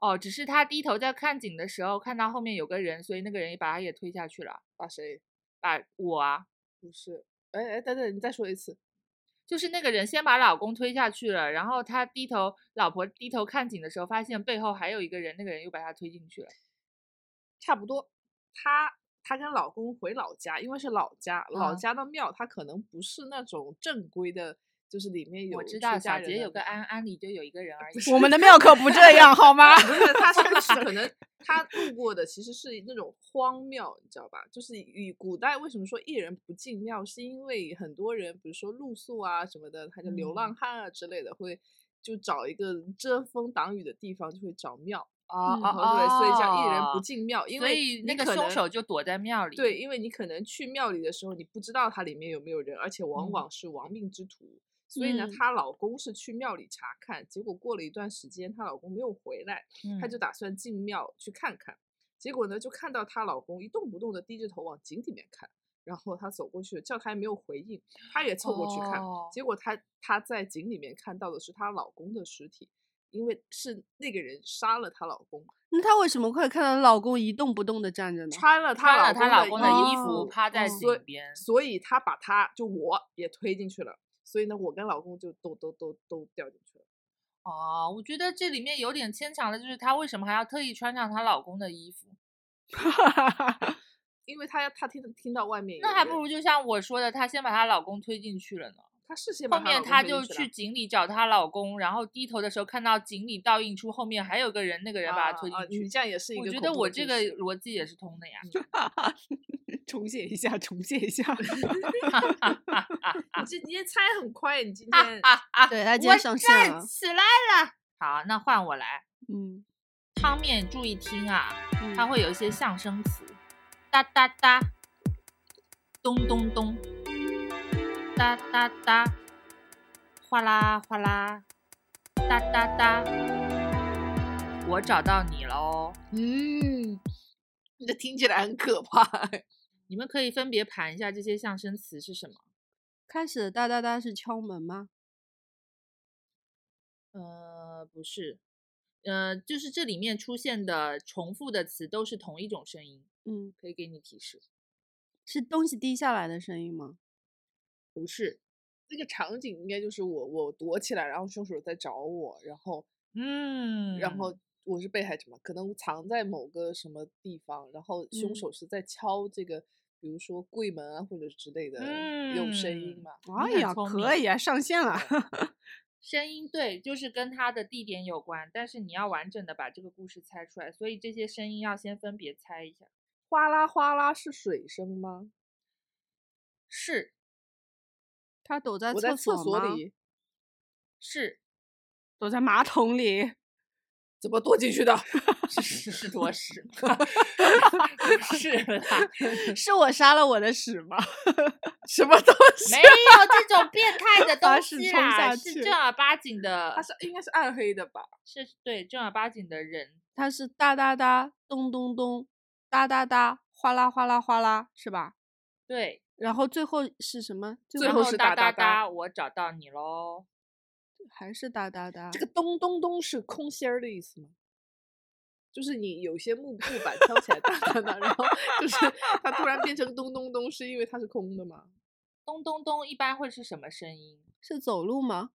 哦，只是他低头在看景的时候，看到后面有个人，所以那个人也把他也推下去了。
把谁
把我啊，
不是？哎哎，等等，你再说一次，
就是那个人先把老公推下去了，然后他低头，老婆低头看景的时候，发现背后还有一个人，那个人又把他推进去了。
差不多，她她跟老公回老家，因为是老家，老
啊
家的庙，它可能不是那种正规的，就是里面有
我知道
出家
小
人
杰
的呃
有个
那
安安里就有一个人而已。
哎
我们的庙可不这样，好吗？
不是，他是可能他路过的其实是那种荒庙，你知道吧？就是与古代为什么说一人不进庙，是因为很多人，比如说露宿啊什么的，还有流浪
嗯
汉啊之类的，会就找一个遮风挡雨的地方，就会找庙。
(laughs) 哦
嗯
哦
对，所以叫一人
哦
不进庙，因
所
为
以
你
那个
可
凶
能
手就躲在庙里。
对，因为你可能去庙里的时候，你不知道它里面有没有人，而且往
嗯
往是亡命之徒。所以呢
嗯，
她老公是去庙里查看，结果过了一段时间，她老公没有回来，
嗯，
她就打算进庙去看看。结果呢，就看到她老公一动不动的低着头往井里面看，然后她走过去叫他也没有回应，她也凑过去看，
哦
结果她她在井里面看到的是她老公的尸体，因为是那个人杀了她老公，
(laughs)
哦
那她为什么会看到老公一动不动的站着呢？
穿了
穿了她
她
老公的
衣
衣
服
服，趴在
所以
井边。
所以她把她就我也推进去了，所以呢，我跟老公就都都都都掉进去了。
哦，我觉得这里面有点牵强的，就是她为什么还要特意穿上她老公的衣服？
因为她她听听到外面有
那还
人
不如就像我说的，她先把她老公推进去了呢。
她事先把
后
她
面
老公
她
推
就
进去
去
了
井里找她老公，然后低头的时候看到井里倒映出后面还有个人，那个人把她推
啊啊
进
你
去。
这样也是一
我
个
觉
恐
得
怖
我
的
这
故
个
事
逻辑也是通的呀。
(laughs)
嗯 (laughs)
重写一下，重写一下。
你这你也猜很快，你今
啊
天
啊啊！
(laughs) 对她今
我
天上啊线
站
了。
起来了。好，那换我来。
嗯，
汤面注意听啊，
嗯
它会有一些象声词，哒哒哒，咚咚咚，哒哒哒，哗啦哗啦，哒哒哒，我找到你了哦。
嗯，这听起来很可怕。
你们可以分别盘一下这些象声词是什么？
开始哒哒哒是敲门吗？
呃，不是，呃，就是这里面出现的重复的词都是同一种声音，
嗯，
可以给你提示。
是东西滴下来的声音吗？
不是，那个场景应该就是我我躲起来，然后凶手在找我，然后
嗯
然后我是被害者嘛，可能藏在某个什么地方，然后
嗯
凶手是在敲这个，比如说柜门啊或者之类的，有声音
嗯
嘛。
哎
很
呀，
聪
可
明
以啊，上线了。
声音对，就是跟它的地点有关，但是你要完整的把这个故事猜出来，所以这些声音要先分别猜一下。
哗啦哗啦是水声吗？
是
他躲在
我在厕
所吗
里，
(laughs) 是
躲在马桶里。
怎么躲进去的？
是是是多是是啦，
(laughs) 是我杀了我的屎吗？ (laughs)
什么东西？
没有这种变态的
把
东
屎
西
冲
啦，
下
是
去
正儿八经的
它，是应该是暗黑的吧？
是对正儿八经的人，
它是哒哒哒，咚咚咚，哒哒哒，哗啦哗啦哗啦，是吧？
对，
然后最后是什么？
最
然
后
后
是
哒
哒
哒
哒哒
哒，我找到你喽，
还是哒哒哒。
这个咚咚咚是空心儿的意思吗？就是你有些木木板敲起来哒哒哒，然后
(laughs)
就是它突然变成咚咚咚，是因为它是空的吗？
咚咚咚，一般会是什么声音？
是走路吗？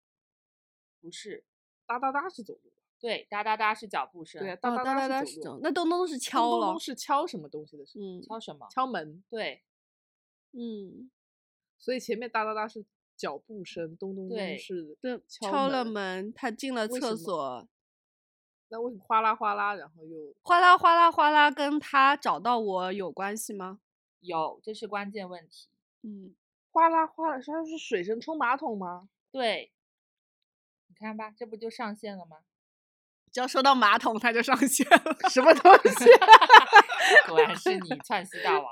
不是，
哒哒哒是走路，
对，哒哒哒是脚步声，
对啊，
哦，
哒
哒
哒
哒
是
是
走
走
路，，
那咚咚是
咚
敲
咚
了
咚。是敲什么东西的声音？
嗯
敲什么？
敲门，
对，
嗯，
所以前面哒哒哒是脚步声，咚咚
对
咚是
对，
敲
敲了。门，他进了
为
厕
什么
所，
那为什么哗啦哗啦，然后又
哗啦哗啦哗啦，跟他找到我有关系吗？
有，这是关键问题。
嗯，
哗啦哗啦？它是水声冲马桶吗？
对，你看吧，这不就上线了吗？
只要说到马桶，他就上线了。
什么东西？
(laughs)
果然是你窜稀大王。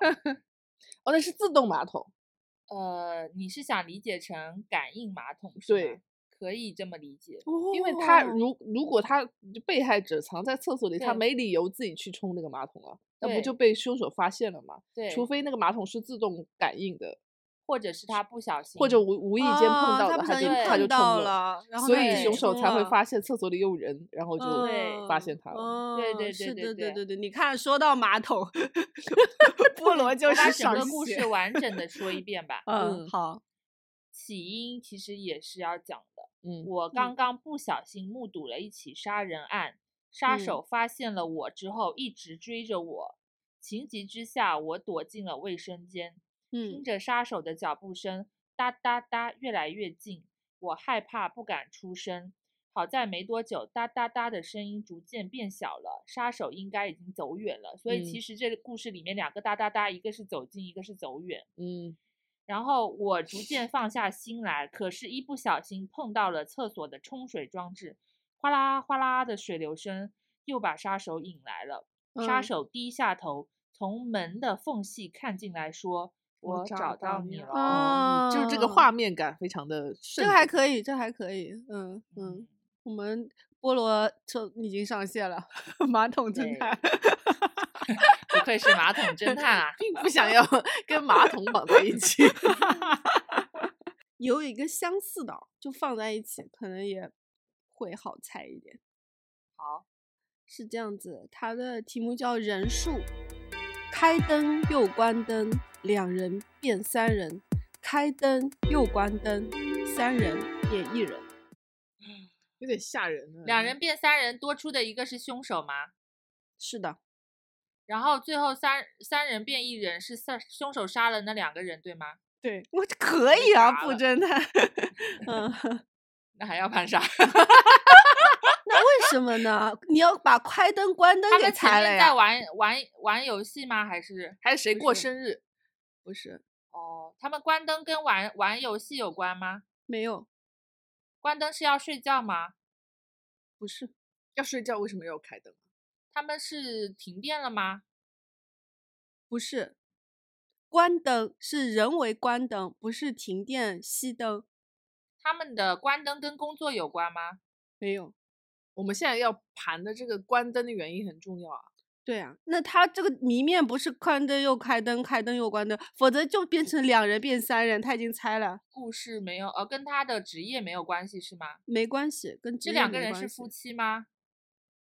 哦，那是自动马桶。
(laughs) 呃，你是想理解成感应马桶是
对
吗？可以这么理解。
(laughs) 因为他
哦
如如果他就被害者藏在厕所里，他
对
没理由自己去冲那个马桶啊，那不就
对
被凶手发现了吗？
对，
除非那个马桶是自动感应的，
或者是他不小心，
或者无无意间碰
啊
到
他
了，
不
他
小
就
心
他就
碰
冲
到
了，
了，然后
所
他
以
就冲
凶手才会
了嗯
发现厕所里有人，然后就
对
发现他了。
哦，
对对对
是
对
的对
对
对对，你看，说到马桶， (laughs) 菠萝就
我把
是
整
上
个故
线
事完整的说一遍吧。
嗯，
嗯
好，
起因其实也是要讲的。
嗯，
我刚刚不小心目睹了一起杀人案，杀
嗯
手发现了我之后一直追着我，情急之下我躲进了卫生间，听
嗯，
着杀手的脚步声哒哒哒越来越近，我害怕不敢出声，好在没多久，哒哒哒的声音逐渐变小了，杀手应该已经走远了。所以
嗯
其实这个故事里面两个哒哒哒，一个是走近，一个是走远。
嗯
然后我逐渐放下心来，可是，一不小心碰到了厕所的冲水装置，哗啦哗啦的水流声又把杀手引来了。杀
嗯
手低下头，从门的缝隙看进来，说：“
我
我
找
找
到
到
你
你
了嗯
了。
啊，
就是这个画面感非常的
这
盛
个还
景！
可以，这还可以，嗯嗯，
嗯，
我们菠萝就已经上线了，马桶侦探，
不愧是马桶侦探啊
并不
(laughs)
想要跟马桶绑在一起。
(laughs) 有一个相似的，就放在一起，可能也会好猜一点。
好，
是这样子，它的题目叫人数，开灯又关灯，两人变三人，开灯又关灯，三人变一人。
有点吓人啊。
两人变三人，多出的一个是凶手吗？
是的，
然后最后三三人变一人，是杀凶手杀了那两个人，对吗？
对我可
被
以啊，
砸
布 (laughs)
了
侦探，嗯。
那还要判啥？
那为什么呢？你要把开灯关灯
他
给
们前
拆了
面在
呀？
玩玩玩游戏吗？还是
还是谁
不
过
是
生日？不是，
哦，他们关灯跟玩玩游戏有关吗？
没有，
关灯是要睡觉吗？
不是，
要睡觉为什么要开灯？啊
他们是停电了吗？
不是，关灯是人为关灯，不是停电熄灯。
他们的关灯跟工作有关吗？
没有，
我们现在要盘的这个关灯的原因很重要啊。
对啊，那他这个谜面不是关灯又开灯，开灯又关灯，否则就变成两人变三人，他已经猜了，
故事没有，呃，跟他的职业没有关系是吗？
没关系，跟职
这
业
两个
没
人
关
是
系
夫。妻吗？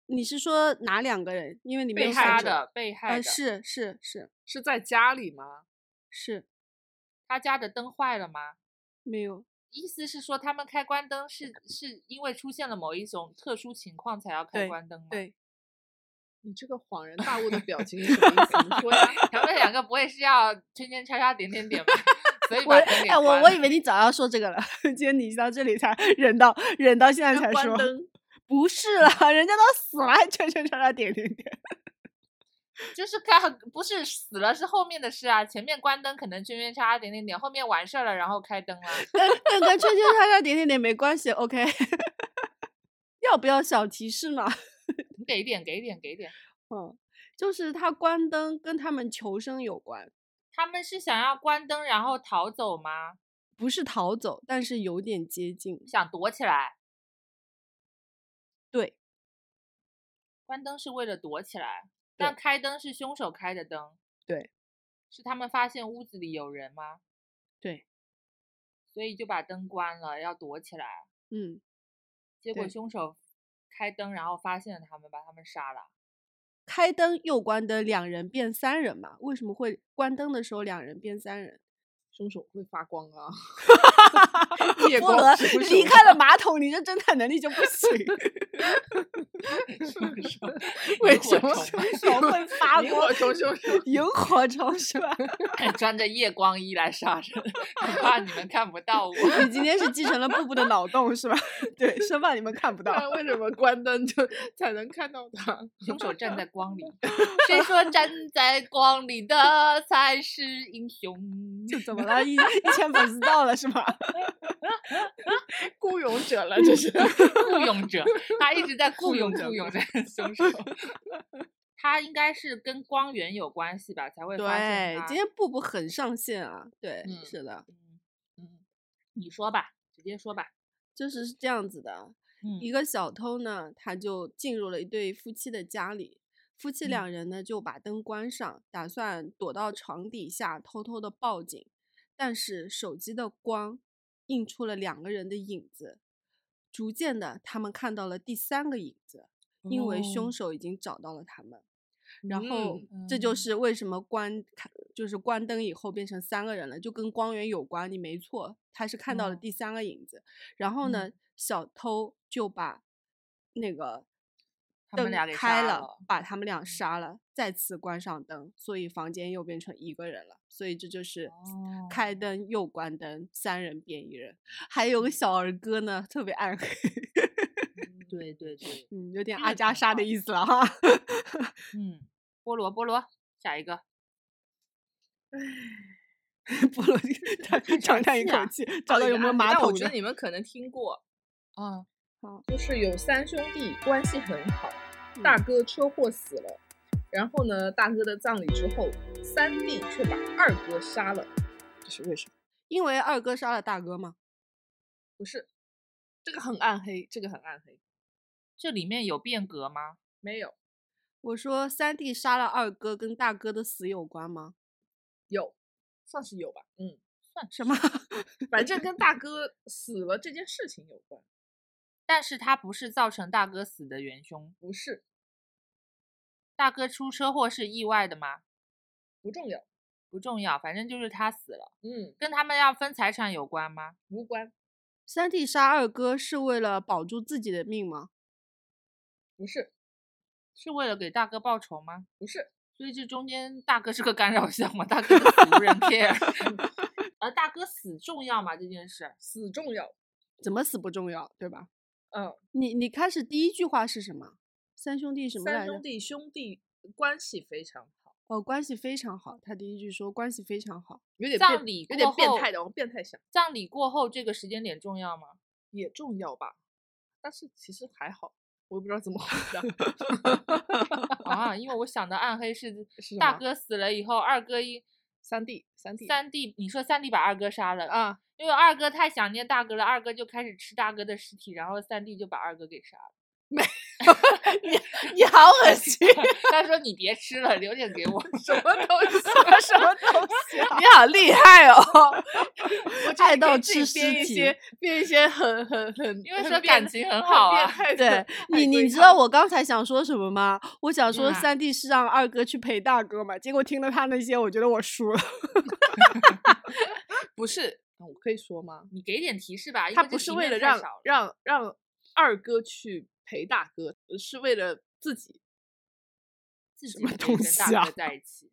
你是说哪两个人？因为里面
被
有
杀
三者，
的，被害的，
呃，是是是
是在家里吗？
是，
他家的灯坏了吗？
没有，
意思是说他们开关灯是是因为出现了某一种特殊情况才要开
对
关灯吗？
对，
你这个恍然大悟的表情是什么意思？你
(laughs)
说呀
他们啊两个不会是要圈圈叉叉点点点吧？ (laughs) 所以
我
把灯给
哎，我
关
我
了
以为你早要说这个了， (laughs) 结果你到这里才 (laughs) 忍到忍到现在才
关
说，
灯。
不是啦， (laughs) 人家都死了，还圈圈叉叉点点点。
就是开不是死了是后面的事啊，前面关灯可能圈圈叉叉点点点，后面完事儿了然后开灯了。啊
跟跟跟圈圈叉叉点点点没关系，OK？要不要小提示呢？
你给一点，给一点，给一点。
嗯，就是他关灯跟他们求生有关，
他们是想要关灯然后逃走吗？
不是逃走，但是有点接近。
想躲起来？
对，
关灯是为了躲起来，但开灯是凶手开的灯。
对，
是他们发现屋子里有人吗？
对，
所以就把灯关了，要躲起来。
嗯，
结果
对
凶手开灯，然后发现了他们，把他们杀
(laughs)
了。
开灯又关灯，两人变三人嘛？为什么会关灯的时候两人变三人？
凶手会发光
(laughs)
啊！夜
菠
光
萝
之手
离开了马桶，你这侦探能力就不 (laughs) 行。为
萤
什
火
么
虫
凶手会发
萤火
光？
虫凶手 (laughs)
萤火虫是吧？
(laughs) 穿着夜光衣来杀人，很怕你们看不到我。
你今天是继承了布布的脑洞是吧？ (laughs) 对，生怕你们看不
不然
到。
为什么关灯就 (laughs) 才能看到他？
凶手站在光
(laughs)
里，谁说站在光里的才是英雄？
(laughs) 就怎么了？一一千粉丝到了是吗？
雇佣者了，这是 (laughs)
(laughs) 雇佣者，他一直在
雇
雇佣
佣者
雇
雇
佣着凶手。他应该是跟光源有关系吧，才会发现
对
他。，
今天布布很上线啊。对，
嗯
是的，
嗯嗯，你说吧，直接说吧。
就是是这样子的。
嗯
一个小偷呢，他就进入了一对夫妻的家里。夫妻
嗯
两人呢就把灯关上，打算躲到床底下偷偷的报警。但是手机的光映出了两个人的影子，逐渐的他们看到了第三个影子，因为
哦
凶手已经找到了他们。然后
嗯
这就
嗯
是为什么关看就是关灯以后变成三个人了，就跟光源有关，你没错，他是看到了
嗯
第三个影子。然后呢，小偷就把那个
他们
灯
俩给
开
杀
了，
了嗯
把他们俩杀了，再次关上灯，所以房间又变成一个人了。所以这就是开
哦
灯又
嗯
关灯，三人变一人。还有个小儿歌呢，特别暗黑。
对对对，
(laughs) 嗯，有点
这 (laughs)
阿
个
加
挺
莎的
好
意思了
(laughs)
哈。 (laughs)
嗯，菠萝菠萝，下一个，
菠 (laughs) 萝
(laughs)
长长叹一
气
口
啊
气，
哦
找到有没有马
但
桶
我觉
的
得？你们可能听过，
嗯，
就是有三兄弟关系很好，大
嗯
哥车祸死了，然后呢，大哥的葬礼之后，三弟却把二哥杀了，这是为什么？
因为二哥杀了大哥嘛。
不是，这个很暗黑，这个很暗黑，
这里面有变革吗？
没有，
我说三弟杀了二哥，跟大哥的死有关吗？
有，算是有吧，嗯，
算
什么？
反正跟大哥死了这件事情有关，
但是他不是造成大哥死的元凶，
不是
大哥出车祸是意外的吗？
不重要，
不重要，反正就是他死了，
嗯，
跟他们要分财产有关吗？
无关，
三弟杀二哥是为了保住自己的命吗？
不是，
是为了给大哥报仇吗？
不是，
所以这中间大哥是个干扰项嘛，大哥的死
(laughs)
无人 care，而大哥死重要吗？这件事
死重要，
怎么死不重要，对吧？
嗯，
你你开始第一句话是什么？三兄弟什么
三
来着
兄？弟兄弟关系非常好，
哦，关系非常好。他第一句说关系非常好。
有点
葬
变，
礼
有点
过
变
后
态的，往变态想。
葬礼过后这个时间点重要吗？ (laughs)
也重要吧，但是其实还好，我也不知道怎么回答。
啊，因为我想的暗黑是
(laughs) 是什
大
么
哥死了以后，二哥一
三弟，三 (laughs) 弟，
三弟，你说三弟把二哥杀了，
啊，
因为二哥太想念大哥了，二哥就开始吃大哥的尸体，然后三弟就把二哥给杀了。
你好恶心，
他说：“你别吃了，留点给
(laughs)
我。
什么东西？
什么东西、
(laughs) 你好厉害哦！ (laughs) 我
爱到吃
自己编
尸
一
体
些，编一些很很很，
因为
很
说
变
感情很
很
好
变
啊
态
对
的
你，
海龟
你知
汤
道我刚才想说什么吗？我想说
嗯
三弟是让二哥去陪大哥嘛，结果听了他那些，我觉得我输了。 (laughs)
不是？嗯我可以说吗？
你给点提示吧，因
他
这
不
题
是为
面
了
太
让
少了
让让二哥去陪大哥，是为了自己，
自己
么
可以
东
跟
西
大
啊
哥在一起。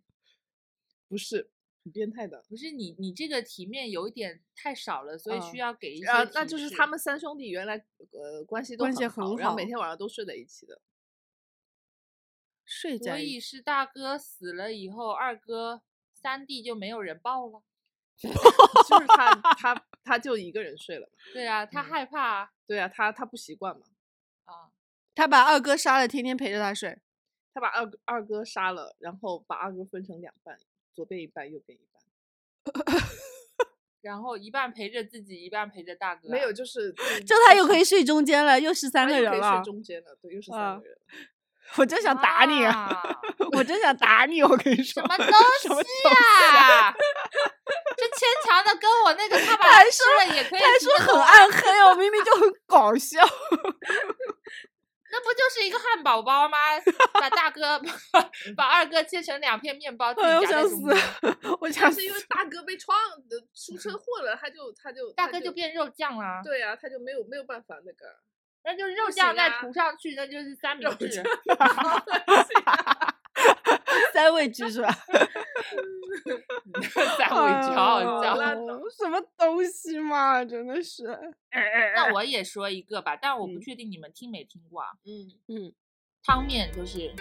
不是很变态的。
不是你，你这个题面有一点太少
(laughs)
了，所以
嗯
需要给一些提示。
啊，那就是他们三兄弟原来呃关系都
关系
很
很
然后
好
每天晚上都睡在一起的。
睡
所
在
以是大哥死了以后，二哥、三弟就没有人抱了。
就是他他他就一个人睡了嘛。
对啊，他
嗯
害怕啊。
对啊，他他不习惯嘛，
啊
他把二哥杀了，天天陪着他睡。
嗯他把二哥二哥杀了，然后把二哥分成两半，左边一半，右边一半。
然后一半陪着自己，一半陪着大哥啊。
没有，就是
这他又可
(laughs)
以睡中间了，又十三个人
睡
了。
中间了，对，又是
啊
三个人了。
我真想打你，啊！ (laughs)
啊！
我真想打你！我跟你
什
说，
么
(laughs) 什
东
么
西
(laughs)
啊？这牵强的跟我那个他把
还
它吃了也可以
他还
提
说
得
很
到
暗黑哦，明明就很搞 (laughs) 笑。
那不就是一个汉堡包吗？把大
(laughs)
哥把二哥切成两片面包，自
哎呦，我
己夹在
想死
中间，
(laughs) 我想
但
死
是。因为大哥被撞的出车祸了，他就他就
大
他
哥就变肉酱啦。
对啊，他就没有没有办法那个。
那就是肉
不
酱
行
再
啊
涂上去，那就是三明
肉
治
酱。
三位置是吧？
(laughs) 三
哎
文治好
呦
好
好
笑。
烂哦
(laughs) 什么东西嘛，真的是。 (laughs)
那我也说一个吧，但我不
嗯
确定你们听没听过啊。
嗯，
嗯，
汤面就是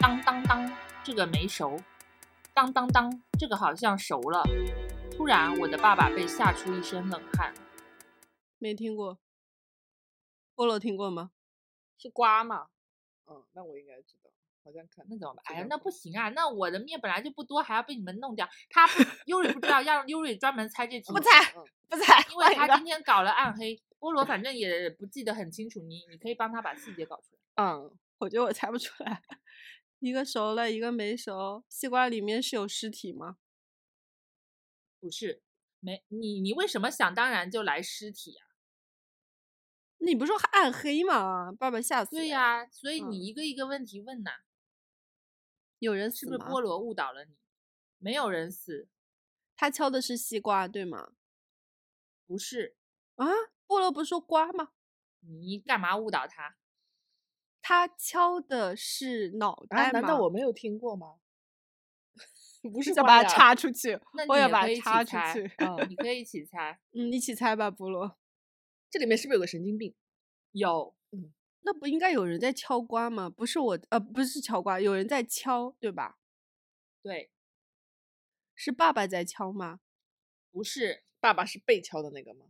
当当当，这个没熟；当当当，这个好像熟了。突然，我的爸爸被吓出一身冷汗。
没听过。菠萝听过吗？
是瓜嘛？嗯，那我应该知道，好像看
那怎么办？
这
哎呀
个，
那不行啊！那我的面本来就不多，还要被你们弄掉。他不优瑞不知道，让优瑞专门猜这题。
(laughs) 不猜
嗯
不猜，
因为
换一
他
个。
今天搞了暗黑。菠萝反正也不记得很清楚，你你可以帮他把细节搞出来。
嗯，
我觉得我猜不出来。 (laughs) 一个熟了，一个没熟。西瓜里面是有尸体吗？
不是，没你你为什么想当然就来尸体啊？
你不是说暗黑吗？爸爸吓死了。
对呀、所以
嗯
你一个一个问题问呐、
有人死
是不是
吗
菠萝误导了你？没有人死，
他敲的是西瓜，对吗？
不是
啊，菠萝不是说瓜吗？
你干嘛误导他？
他敲的是脑
啊，
袋吗？
难道我没有听过吗？ (laughs) 不是
想
瓜
把
呀
它插出去？
那
我
你
要
也
把
可
它
以一起
插出
猜
去。
嗯，
你可以一起猜，
嗯，一起猜吧，菠萝。
这里面是不是有个神经病？
有
那不应该有人在敲瓜吗？不是我，呃，不是敲瓜，有人在敲，对吧？
对，
是爸爸在敲吗？
不是，
爸爸是被敲的那个吗？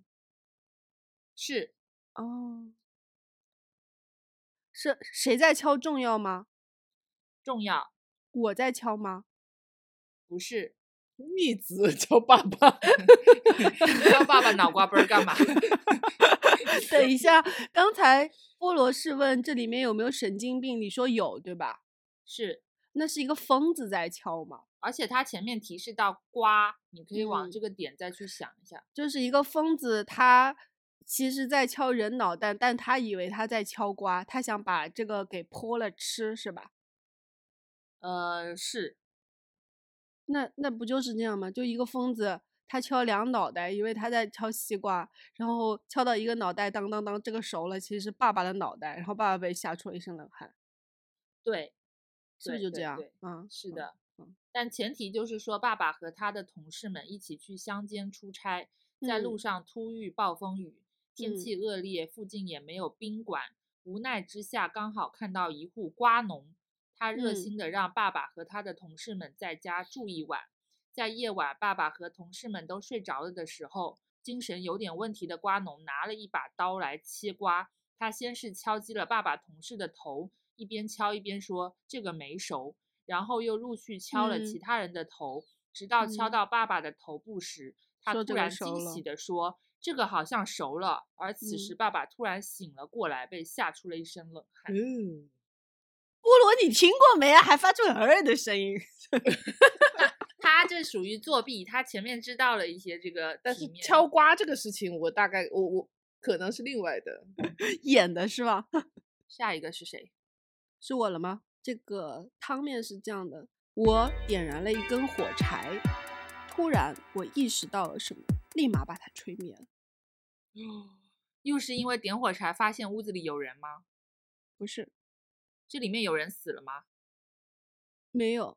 是
哦，是谁在敲重要吗？
重要，
我在敲 (laughs) 吗？
不是。
逆子 (laughs) 敲
(laughs)
爸爸，
知道爸爸脑瓜崩儿干嘛？ (laughs)
等一下，刚才菠萝是问这里面有没有神经病，你说有，对吧？
是，
那是一个疯子在敲吗？
而且他前面提示到瓜，你可以往
嗯
这个点再去想一下。
就是一个疯子，他其实在敲人脑袋，但他以为他在敲瓜，他想把这个给剖了吃，是吧？
呃，是
那那不就是这样吗？就一个疯子，他敲两脑袋，以为他在敲西瓜，然后敲到一个脑袋，当当当，这个熟了，其实是爸爸的脑袋，然后爸爸被吓出了一身冷汗，
对，
是不是
对
就这
对
样
对？
嗯，
是
嗯，
的
嗯，
但前提就是说，爸爸和他的同事们一起去乡间出差，在路
嗯
上突遇暴风雨，天
嗯
气恶劣，附近也没有宾馆，无奈之下刚好看到一户瓜农，他热
嗯
心的让爸爸和他的同事们在家住一晚。在夜晚，爸爸和同事们都睡着了的时候，精神有点问题的瓜农拿了一把刀来切瓜。他先是敲击了爸爸同事的头，一边敲一边说：“这个没熟。”然后又陆续敲了其
嗯
他人的头，直到敲
嗯
到爸爸的头部时，他
说
突
这个
然
熟
惊
了
喜地说：“这个好像熟了。”而此时，
嗯
爸爸突然醒了过来，被吓出了一身冷汗。
嗯，
菠萝，你听过没啊？还发出儿的声音， (laughs)
他这属于作弊，他前面知道了一些这个
但
题
是
面
敲瓜这个事情，我大概我我可能是另外的，
演的是吧？
下一个是谁？
是我了吗？这个汤面是这样的：我点燃了一根火柴，突然我意识到了什么，立马把它吹灭了。
又是因为点火柴发现屋子里有人吗？
不是，
这里面有人死了吗？
没有，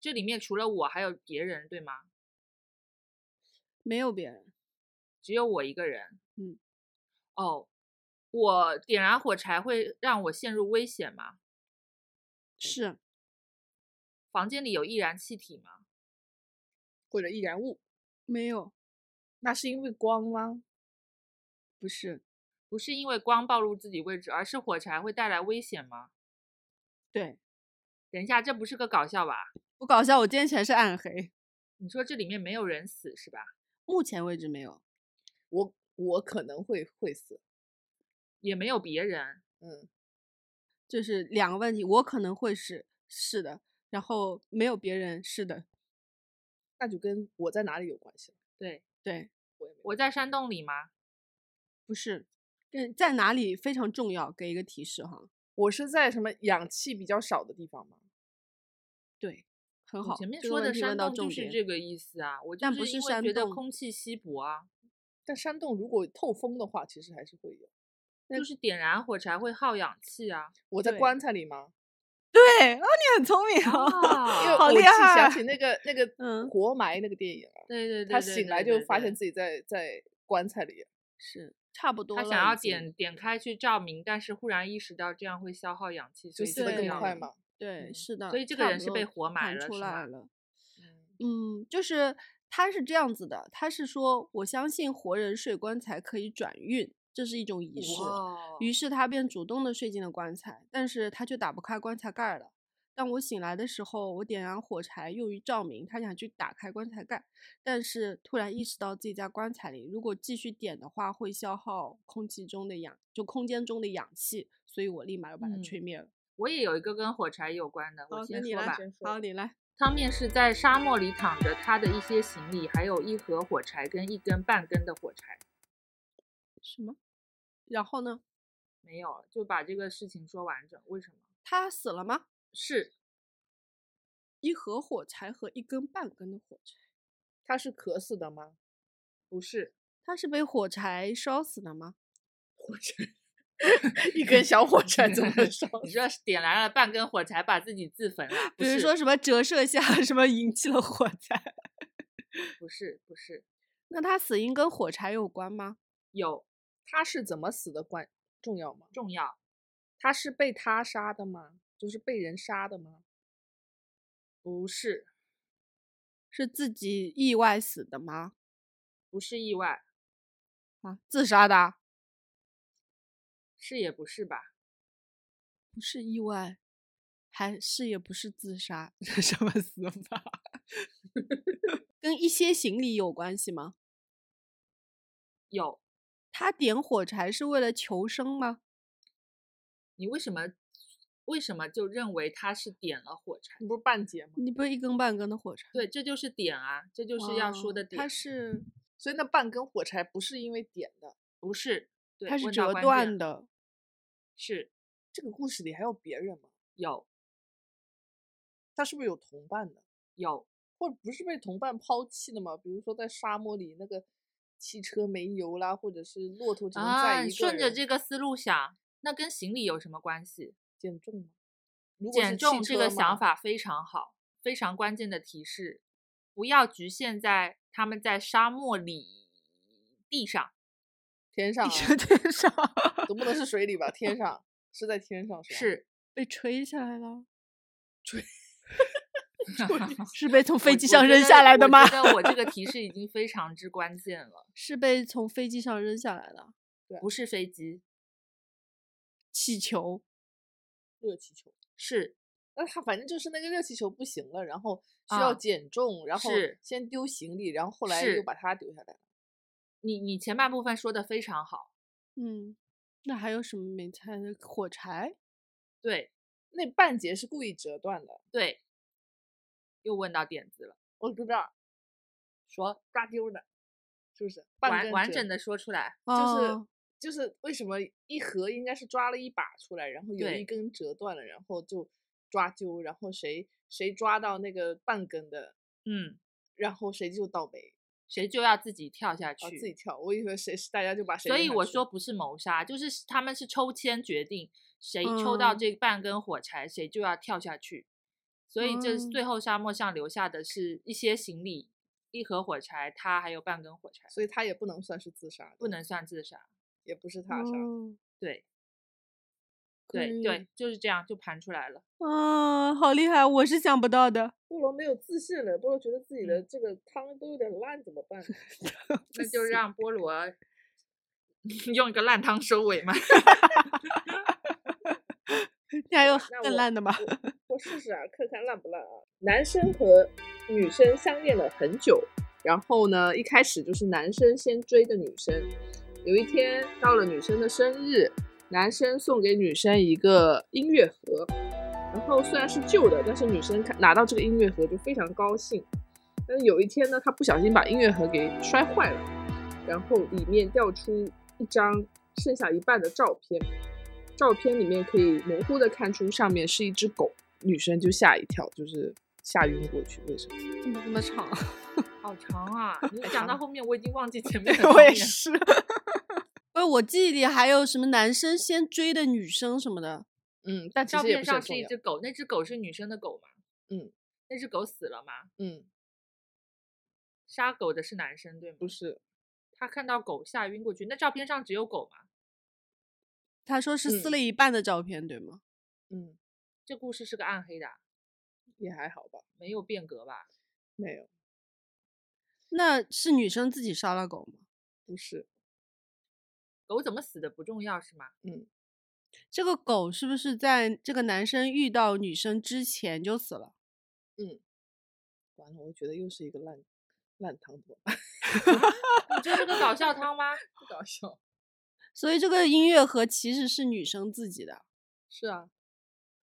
这里面除了我还有别人，对吗？
没有别人。
只有我一个人。
嗯，
哦，我点燃火柴会让我陷入危险吗？
是
房间里有易燃气体吗？
或者易燃物，
没有，
那是因为光吗？
不是，
不是因为光暴露自己位置，而是火柴会带来危险吗？
对，
等一下，这不是个搞笑吧？
不搞笑。我今天全是暗黑，
你说这里面没有人死是吧？
目前为止没有。
我我可能会会死，
也没有别人，
嗯，
就是两个问题，我可能会是是的，然后没有别人是的，
那就跟我在哪里有关系了。
对，
对，
我也没
我在山洞里吗？
不是。嗯，在哪里非常重要，给一个提示哈。
我是在什么氧气比较少的地方吗？
对，很
我
好。
前面
这个
说
问
的
题
山
问到
洞
重
就
点。
是这个意思啊，我就
但不是
因为
山
觉得
洞
空气稀薄啊，
但山洞如果透风的话，其实还是会有。
那
就是点燃火柴会耗氧气啊。
我在
对
棺材里吗？
对，哦，你很聪明哦。
因为
啊
好
我
厉
既想
害
起那个那个
嗯
活埋那个电影了，
对对对，
他
对
醒
对
来就
对
发
对
现自己在在棺材里。
是，差不多
他
了
想要
已经
点点开去照明，但是忽然意识到这样会消耗氧气，所
就
以
死
就
得
这
这
更
样
快
的
嘛。
对，
嗯
是的。
所以这个
差
人
不
是被
多
活埋
看
了
出
是
来
吗
了。
嗯
嗯，就是他是这样子的，他是说我相信活人睡棺材可以转运，这是一种仪式。
哇
于是他便主动的睡进了棺材，但是他却打不开棺材盖儿了。当我醒来的时候，我点燃火柴用于照明，他想去打开棺材盖，但是突然意识到自己在棺材里，如果继续点的话，会消耗空气中的氧，就空间中的氧气，所以我立马又把它
嗯
吹灭了。
我也有一个跟火柴有关的，
哦
我
好，那
先
你
说
来
吧。，
好，你来。
汤面是在沙漠里躺着他的一些行李，还有一盒火柴跟一根半根的火柴，
什么？然后呢？
没有了，就把这个事情说完整。为什么？
他死了吗？
是
一盒火柴和一根半根的火柴，
他是渴死的吗？
不是？
他是被火柴烧死的吗？
火
(laughs)
柴，一根小火柴怎么烧？
你说是点燃了半根火柴，把自己自焚了？不
比如
是
说什么折射下什么引起了火灾？
不是不是
那他死因跟火柴有关吗？
有
他是怎么死的关？重要吗？
重要。
他是被他杀的吗？就是被人杀的吗？不是，
是自己意外死的吗？
不是意外，
啊，自杀的啊？
是也不是吧？
不是意外，还是也不是自杀， (laughs) 什么死法？ (laughs) 跟一些行李有关系吗？
有，
他点火柴是为了求生吗？
你为什么为什么就认为他是点了火柴？
你
嗯
不是半截吗？
你不是一根半根的火柴，
对，这就是点啊，这就是要说
哇
的点。
哦它是
所以那半根火柴不是因为点的。
不是，对，
它是
问到
折
关
断
键，
的，
是
这个故事里还有别人吗？
有
他是不是有同伴的？
有
或者不是被同伴抛弃的吗？比如说在沙漠里那个汽车没油啦，或者是骆驼只能载
啊，
一
你
个
顺着
人
这个思路想，那跟行李有什么关系？
减重吗？如果是
减
汽
重这个
车
想
嘛，
法非常好，非常关键的提示，不要局限在他们在沙漠里地上，
天上、啊
你说天
(laughs)
上
总不能是水里吧？天上是在天上是吧？
是
被吹下来
(laughs)
了，
我
是被从飞机上
我觉
扔
得
下来的吗
我？觉得我这个提示已经非常之关键了，
是被从飞机上扔下来的
不是飞机，
气球，
热气球。
是
那他反正就是那个热气球不行了，然后需要
啊
减重，然后
是
先丢行李，然后后来又
是
把它丢下来了。
你你前半部分说的非常好，
嗯，那还有什么没猜的？火柴，
对
那半截是故意折断的，
对，又问到点子了，
我知道，说抓丢的，是不是？半
完
根
完
折
整的说出来，
就是、
哦
就是为什么一盒应该是抓了一把出来，然后有一
对
根折断了，然后就抓阄，然后谁谁抓到那个半根的，
嗯，
然后谁就倒霉，
谁就要自己跳下去，
哦然后自己跳。我以为谁是大家就把谁
所
扔
以
下
我
去
说不是谋杀，就是是他们是抽签决定谁抽到
嗯
这半根火柴，谁就要跳下去。所以这
嗯
最后沙漠上留下的是一些行李、一盒火柴，它还有半根火柴，
所以他也不能算是自杀的，
不能算自杀。
也不是他杀的。
哦
对，
可
对
以
对，就是这样就盘出来了。
啊，好厉害，我是想不到的。
菠萝没有自信了，菠萝觉得自己的
的
这个汤都有点烂，怎么办？
那就让菠萝 (laughs) 用一个烂汤收尾嘛。
你还有
那
更
我
烂的吗？ (laughs)
我试试啊，看看烂不烂啊。男生和女生相恋了很久，然后呢，一开始就是男生先追的女生。有一天到了女生的生日，男生送给女生一个音乐盒，然后虽然是旧的，但是女生看拿到这个音乐盒就非常高兴。但是有一天呢，她不小心把音乐盒给摔坏了，然后里面掉出一张剩下一半的照片。照片里面可以模糊的看出上面是一只狗，女生就吓一跳，就是吓晕过去。为什么？
怎么这么
(laughs)
长？
好长啊！你
太
讲
长
到后面，我已经忘记前
(laughs)
面的
我
画
也
面了
是。 (laughs) 不是，我记忆里还有什么男生先追的女生什么的，
嗯，但其
照
实也
片
不是很
上是
重
一
要。
只狗，那只狗是女生的狗吗？
嗯，
那只狗死了吗？
嗯，
杀狗的是男生对吗
不？是，
他看到狗吓晕过去，那照片上只有狗吗？
他说是撕
嗯
了一半的照片，对吗？
嗯，
这故事是个暗黑的啊，
也还好吧，
没有变革吧？
没有，
那是女生自己杀了狗吗？
不是，
狗怎么死的不重要是吗？
嗯，
这个狗是不是在这个男生遇到女生之前就死了？
完了，我觉得又是一个烂烂汤怎么办？
你这是个搞笑汤吗？
不搞笑。
所以这个音乐盒其实是女生自己的，
(laughs) 是啊，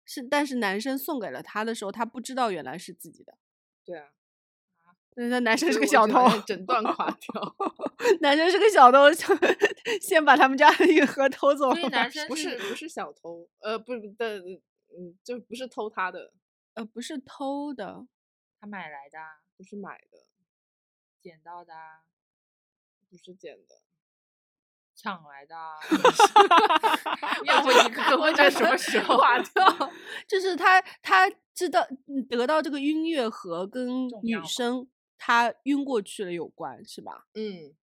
是但是男生送给了她的时候，她不知道原来是自己的。
对啊，
但是男生
所
是
以
个
我
小
只
偷
能，整 (laughs) 段垮掉。
男生是个小偷，先把他们家的一个盒偷走
(laughs)
所以
了吧。
男生
不是不是小偷，呃，不是的，嗯，就不是偷他的，
呃，不是偷 (laughs) 的，
他买来的啊，
不是买的，
捡到的啊，
不是捡的。
抢来
(laughs)
的 (laughs) 啊。要不一个个问在什么时候？
(laughs)
啊
垮掉？就是他他知道嗯得到这个音乐盒跟
重要
女
吗
生她晕过去了有关是吧？
嗯，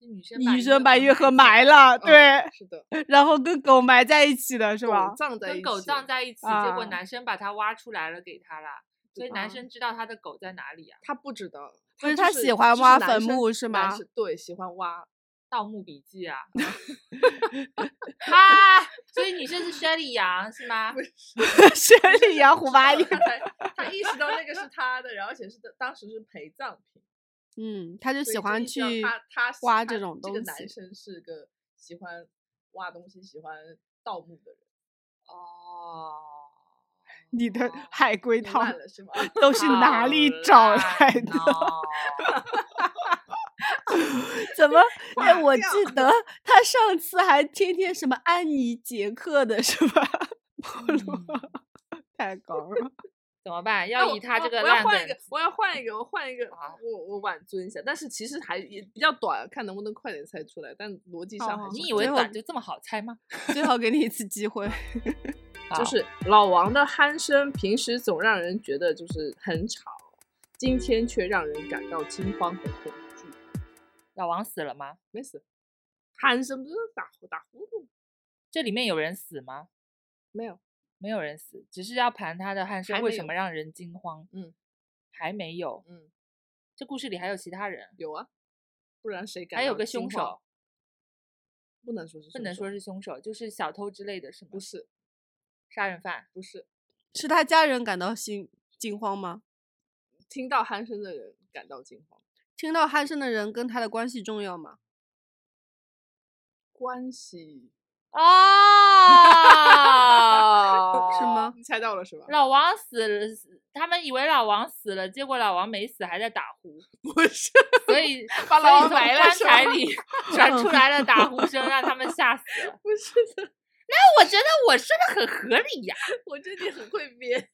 女生
女生把月
(laughs)
河埋
埋了，
了，
嗯
对，
是的，
然后跟狗埋在一起的是吧
狗？葬在一
跟
起，
狗葬在一起，结果
啊
男生把它挖出来了给他啦。所以
啊
男生知道他的狗在哪里
(laughs)
啊，
他不知道，
不是
就
他
是
喜欢
就是
挖
男
坟
生
墓是
男
吗
生对，喜欢挖，
《盗墓笔记》
(laughs)
啊，啊， (laughs) 所以女生是薛里阳是吗？
(laughs) 雪里洋虎八一
他才他意识到那
(laughs)
个是他的，然后而且是当时是陪葬品，
嗯，他就
所
喜
以就
欢
意识
去
到他他喜
挖
他
这种东
这
西。
个男生是个喜欢挖东西、喜欢盗墓的人，
哦，
你的海龟
你
汤
哦烂了哦是吗？
都是哪里找来的？ (laughs)
好烂哦 (laughs)
怎么？哎，
挂
我记
掉
得他上次还天天什么安妮杰克的是吧？ (laughs)
嗯
太高了，
怎么办？
那
要
我
以他
我
这个
我要
烂
换一
梗
个，，我要换一个，我换一个
啊，
我我挽尊一下，但是其实还也比较短，啊看能不能快点猜出来，但逻辑上还
哦
是
你
很
以为
正
最后
短就这么好猜吗？啊
最好给你一次机会。
好
就是老王的鼾声，平时总让人觉得就是很吵，今天却让人感到惊慌和恐惧。
老王死了吗？
没事，鼾声不是打呼打呼噜吗？
这里面有人死吗？
没有，
没有人死，只是要盘他的鼾声
还
为
没
什
有
么让人惊慌。
嗯，
还没有。
嗯，
这故事里还有其他人，
有啊，不然谁敢？
还有个凶手，，
不能说是
不能
凶
说
手
是凶手，就是小偷之类的，是吗？
不是
杀人犯，
不是，
是他家人感到心惊慌吗？
听到鼾声的人感到惊慌，
听到鼾声的人跟他的关系重要吗？ (laughs)
关系 (laughs)
哦
是吗？
你猜到了是吧？
(laughs) 老王死了，死他们以为老王死了，结果老王没死，还在打呼，
不是，
所以
把
所
老
以
王
从
埋了
棺
是
材
吗
里 (laughs) 传出来了打呼声，让他们吓死了。
不是的，
我觉得我说的很合理呀、 (laughs)
我觉得你很会编。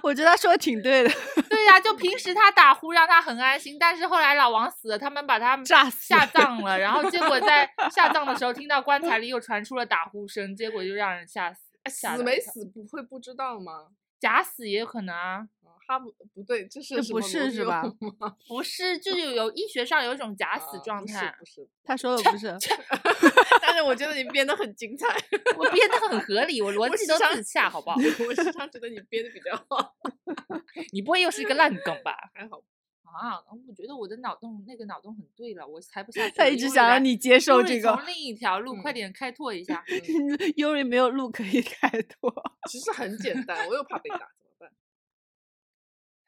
我觉得他说的挺对的， (laughs)
对呀、就平时他打呼让他很安心，但是后来老王死了，他们把他
炸死
下
(laughs)
了。
葬了，然后结果在下葬的时候听到棺材里又传出了打呼声，结果就让人吓死。吓
死
了
没
一跳？
死不会不知道吗？
假死也有可能啊，
啊哈姆不对，这是
这
什
不
么
是
罗
是
密欧
吧
吗
不是，就有有医学上有一种假死
啊
状
不是
态
不。是，
他说的不是 (laughs)
但是我觉得你编的很精彩，
我编的很合
(laughs)
理，我逻
我
辑
时
都
常
自洽，好不好？
(laughs) 我时常觉得你编的比较好，
(laughs) 你不会又是一个烂梗吧？
还好。
啊，我觉得我的脑洞那个脑洞很对了，我猜不下去了。
他一直
优里
想
来
让你接受
优里
这个
从，另一条路，快
嗯
点开拓一
(laughs)
下。
(laughs)
嗯
因为没有路可以开 (laughs) 拓。
其实很简单，我又怕被打，怎么办？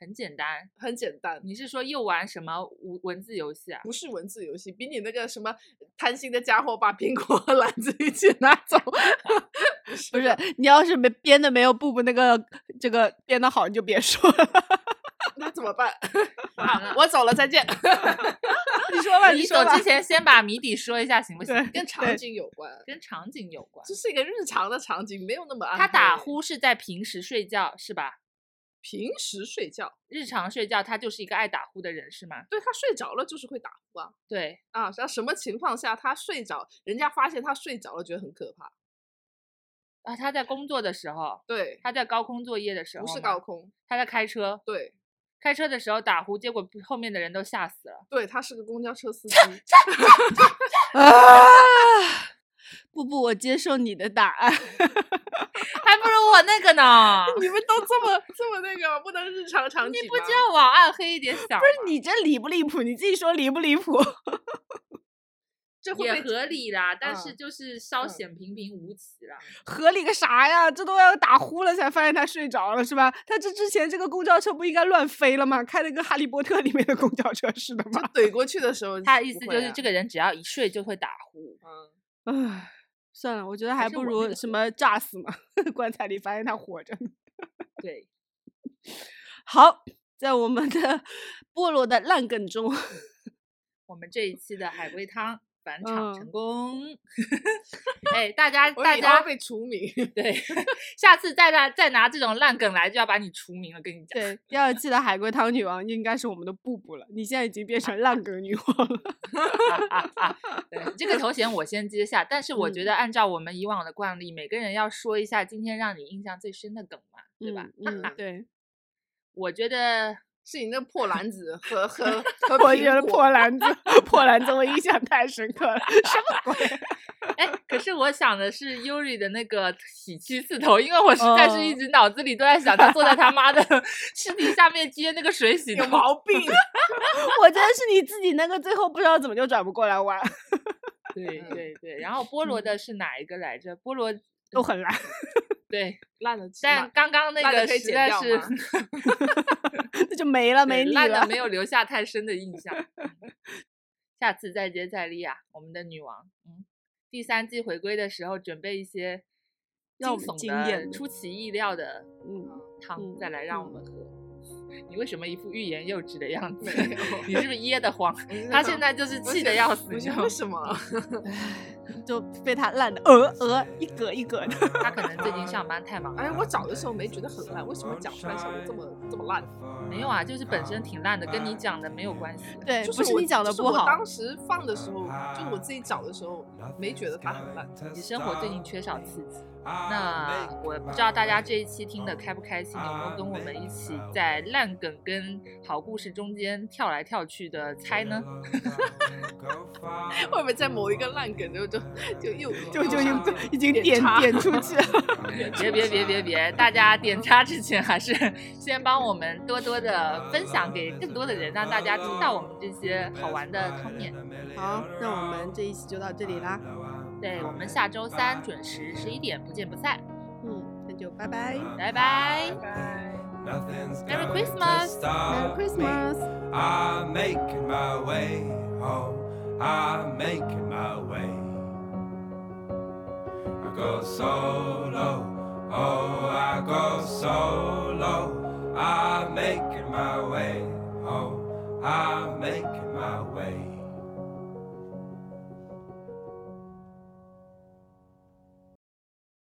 很简单，
很简单，
你是说又玩什么文文字游戏啊？
不是文字游戏，比你那个什么贪心的家伙把苹果和篮子一起拿走， (laughs)
不是，你要是没编的没有布布那个这个编的好，你就别说了。
那怎么办？
完了
啊我走了，再见。
(laughs) 你说 (laughs) 吧，
你
说
走
吧
之。前先把谜底说一下，行不行？
对
跟
跟
对
场景有关，
跟场景有关
这。是一个日常的场景，没有那么安。
他打，呼是在平时睡觉是吧？
平时睡觉，
日常睡觉他就是一个爱打呼的人是吗？
对他睡着了就是会打呼啊
对，
啊！像什么情况下他睡着，人家发现他睡着了，觉得很可怕。
啊，他在工作的时候，
对，
他在高空作业的时候，
不是高，空，
他在开车，
对
开车的时候打呼，结果后面的人都吓死了。
对，他是个公交
(laughs)
车司机。，
啊！ (laughs) 布布，我接受你的答案。
还不如我那个 (laughs) 呢
你们都这么这么那个吗，不能日常场景
你不
吗
知道往暗黑一点想吗，不是
你这离不离谱？你自己说离不离谱？
这会
也
被
合理啦，但是
嗯
就是稍
嗯
显平平无奇啦。
合理个啥呀？这都要打呼了才发现他睡着了是吧？他这之前这个公交车不应该乱飞了吗？开的跟《哈利波特》里面的公交车似的
就
吗？
怼过去的时候，
他的意思就是这
个，
个人只要一睡就会打呼，
嗯，
唉，算了，我觉得
还
还
是
不
我那
如
个
什
合
么炸死嘛， (laughs) 棺材里发现他活着呢。 (laughs)
对，
好，在我们的 (laughs) 菠萝的烂梗
(laughs)
中，
我们这一期的海龟汤返场
嗯
成功。 (laughs) 哎，大家
我
大
以后
家
被除名，
对， (laughs) 下次再拿再拿这种烂梗来，就要把你除名了。跟你讲，
对第二期的海龟汤女王应该是我们的布布了。你现在已经变成烂梗女王了。
(laughs) 对这个头衔我先接下。但是我觉
嗯
得按照我们以往的惯例，每个人要说一
嗯
(laughs)
下今天让你印象最深的梗嘛，对吧？
嗯，嗯对，
我觉得
是你那破篮子和
(laughs)
和和
我觉得
苹果
破篮子，破篮子我印象太深刻
(laughs)
了，什么鬼？
哎，可是我想的是 Yuri 的那个喜妻四头，因为我实在是一
嗯
直脑子里都在想他坐在他妈的 (laughs) 尸体下面接那个水洗
有
头。
毛
(laughs)
病。
我觉得是你自己那个最后不知道怎么就转不过来弯，
对
嗯
对对，然后菠萝的是哪一个来着？菠萝
都很烂， (laughs)
对，
烂的，
但刚刚那
那个
个
可以
实
剪
在
掉
是
吗
那就没了，没
对
你
烂的
了。
没有留下太深的印象。
(laughs)
嗯下次再接再厉啊，我们的女王。嗯，第三季回归的时候，准备一些
让我
惊
们惊
悚的、
艳
出其意料的
嗯，
汤
嗯
再来让我们喝。你为什么一副欲言又止的样子
没
(laughs)
有？
你是不是噎得慌？
我真的
他现在就是
我
气
觉
得要死，
我
你知
觉
道吗
得为？什么？
就被他烂的，呃
(laughs)
呃，一格一格的。
嗯他可能最近上班太忙了。
哎，我找的时候没觉得很烂，为什么讲出来笑得这么这么烂？
(laughs) 没有啊，就是本身挺烂的，跟你讲的没有关系。
对，
就
不
是
是
我
你讲的
就是
不
我
好，
当时放的时候，就是我自己找的时候，没觉得它很烂。
你生活最近缺少刺激。
啊
那我不知道大家这一期听的开不开心，有没有跟我们一起在烂梗跟好故事中间跳来跳去的猜
(laughs)
(laughs)
呢？
会不会在某一个烂梗就就就又
(laughs) 就就
又
已经已经点
叉
点
(laughs)
出去了。
哎别别别
(laughs)
别别！大家点叉之前，还是 (laughs) 先帮我们多多
啊
的分享给更多的人，让大家听到我们这些好玩的汤面。
好，那我们这一期就到这里啦。
对我们下周三准时十一点不见不散，
嗯，那就拜拜
拜拜。
Nothing's
Merry
gonna
Christmas.
stop
，Merry Christmas。
me. I'm making my way home. I'm making my way. I go solo. Oh, I go solo. I'm making my way home. I'm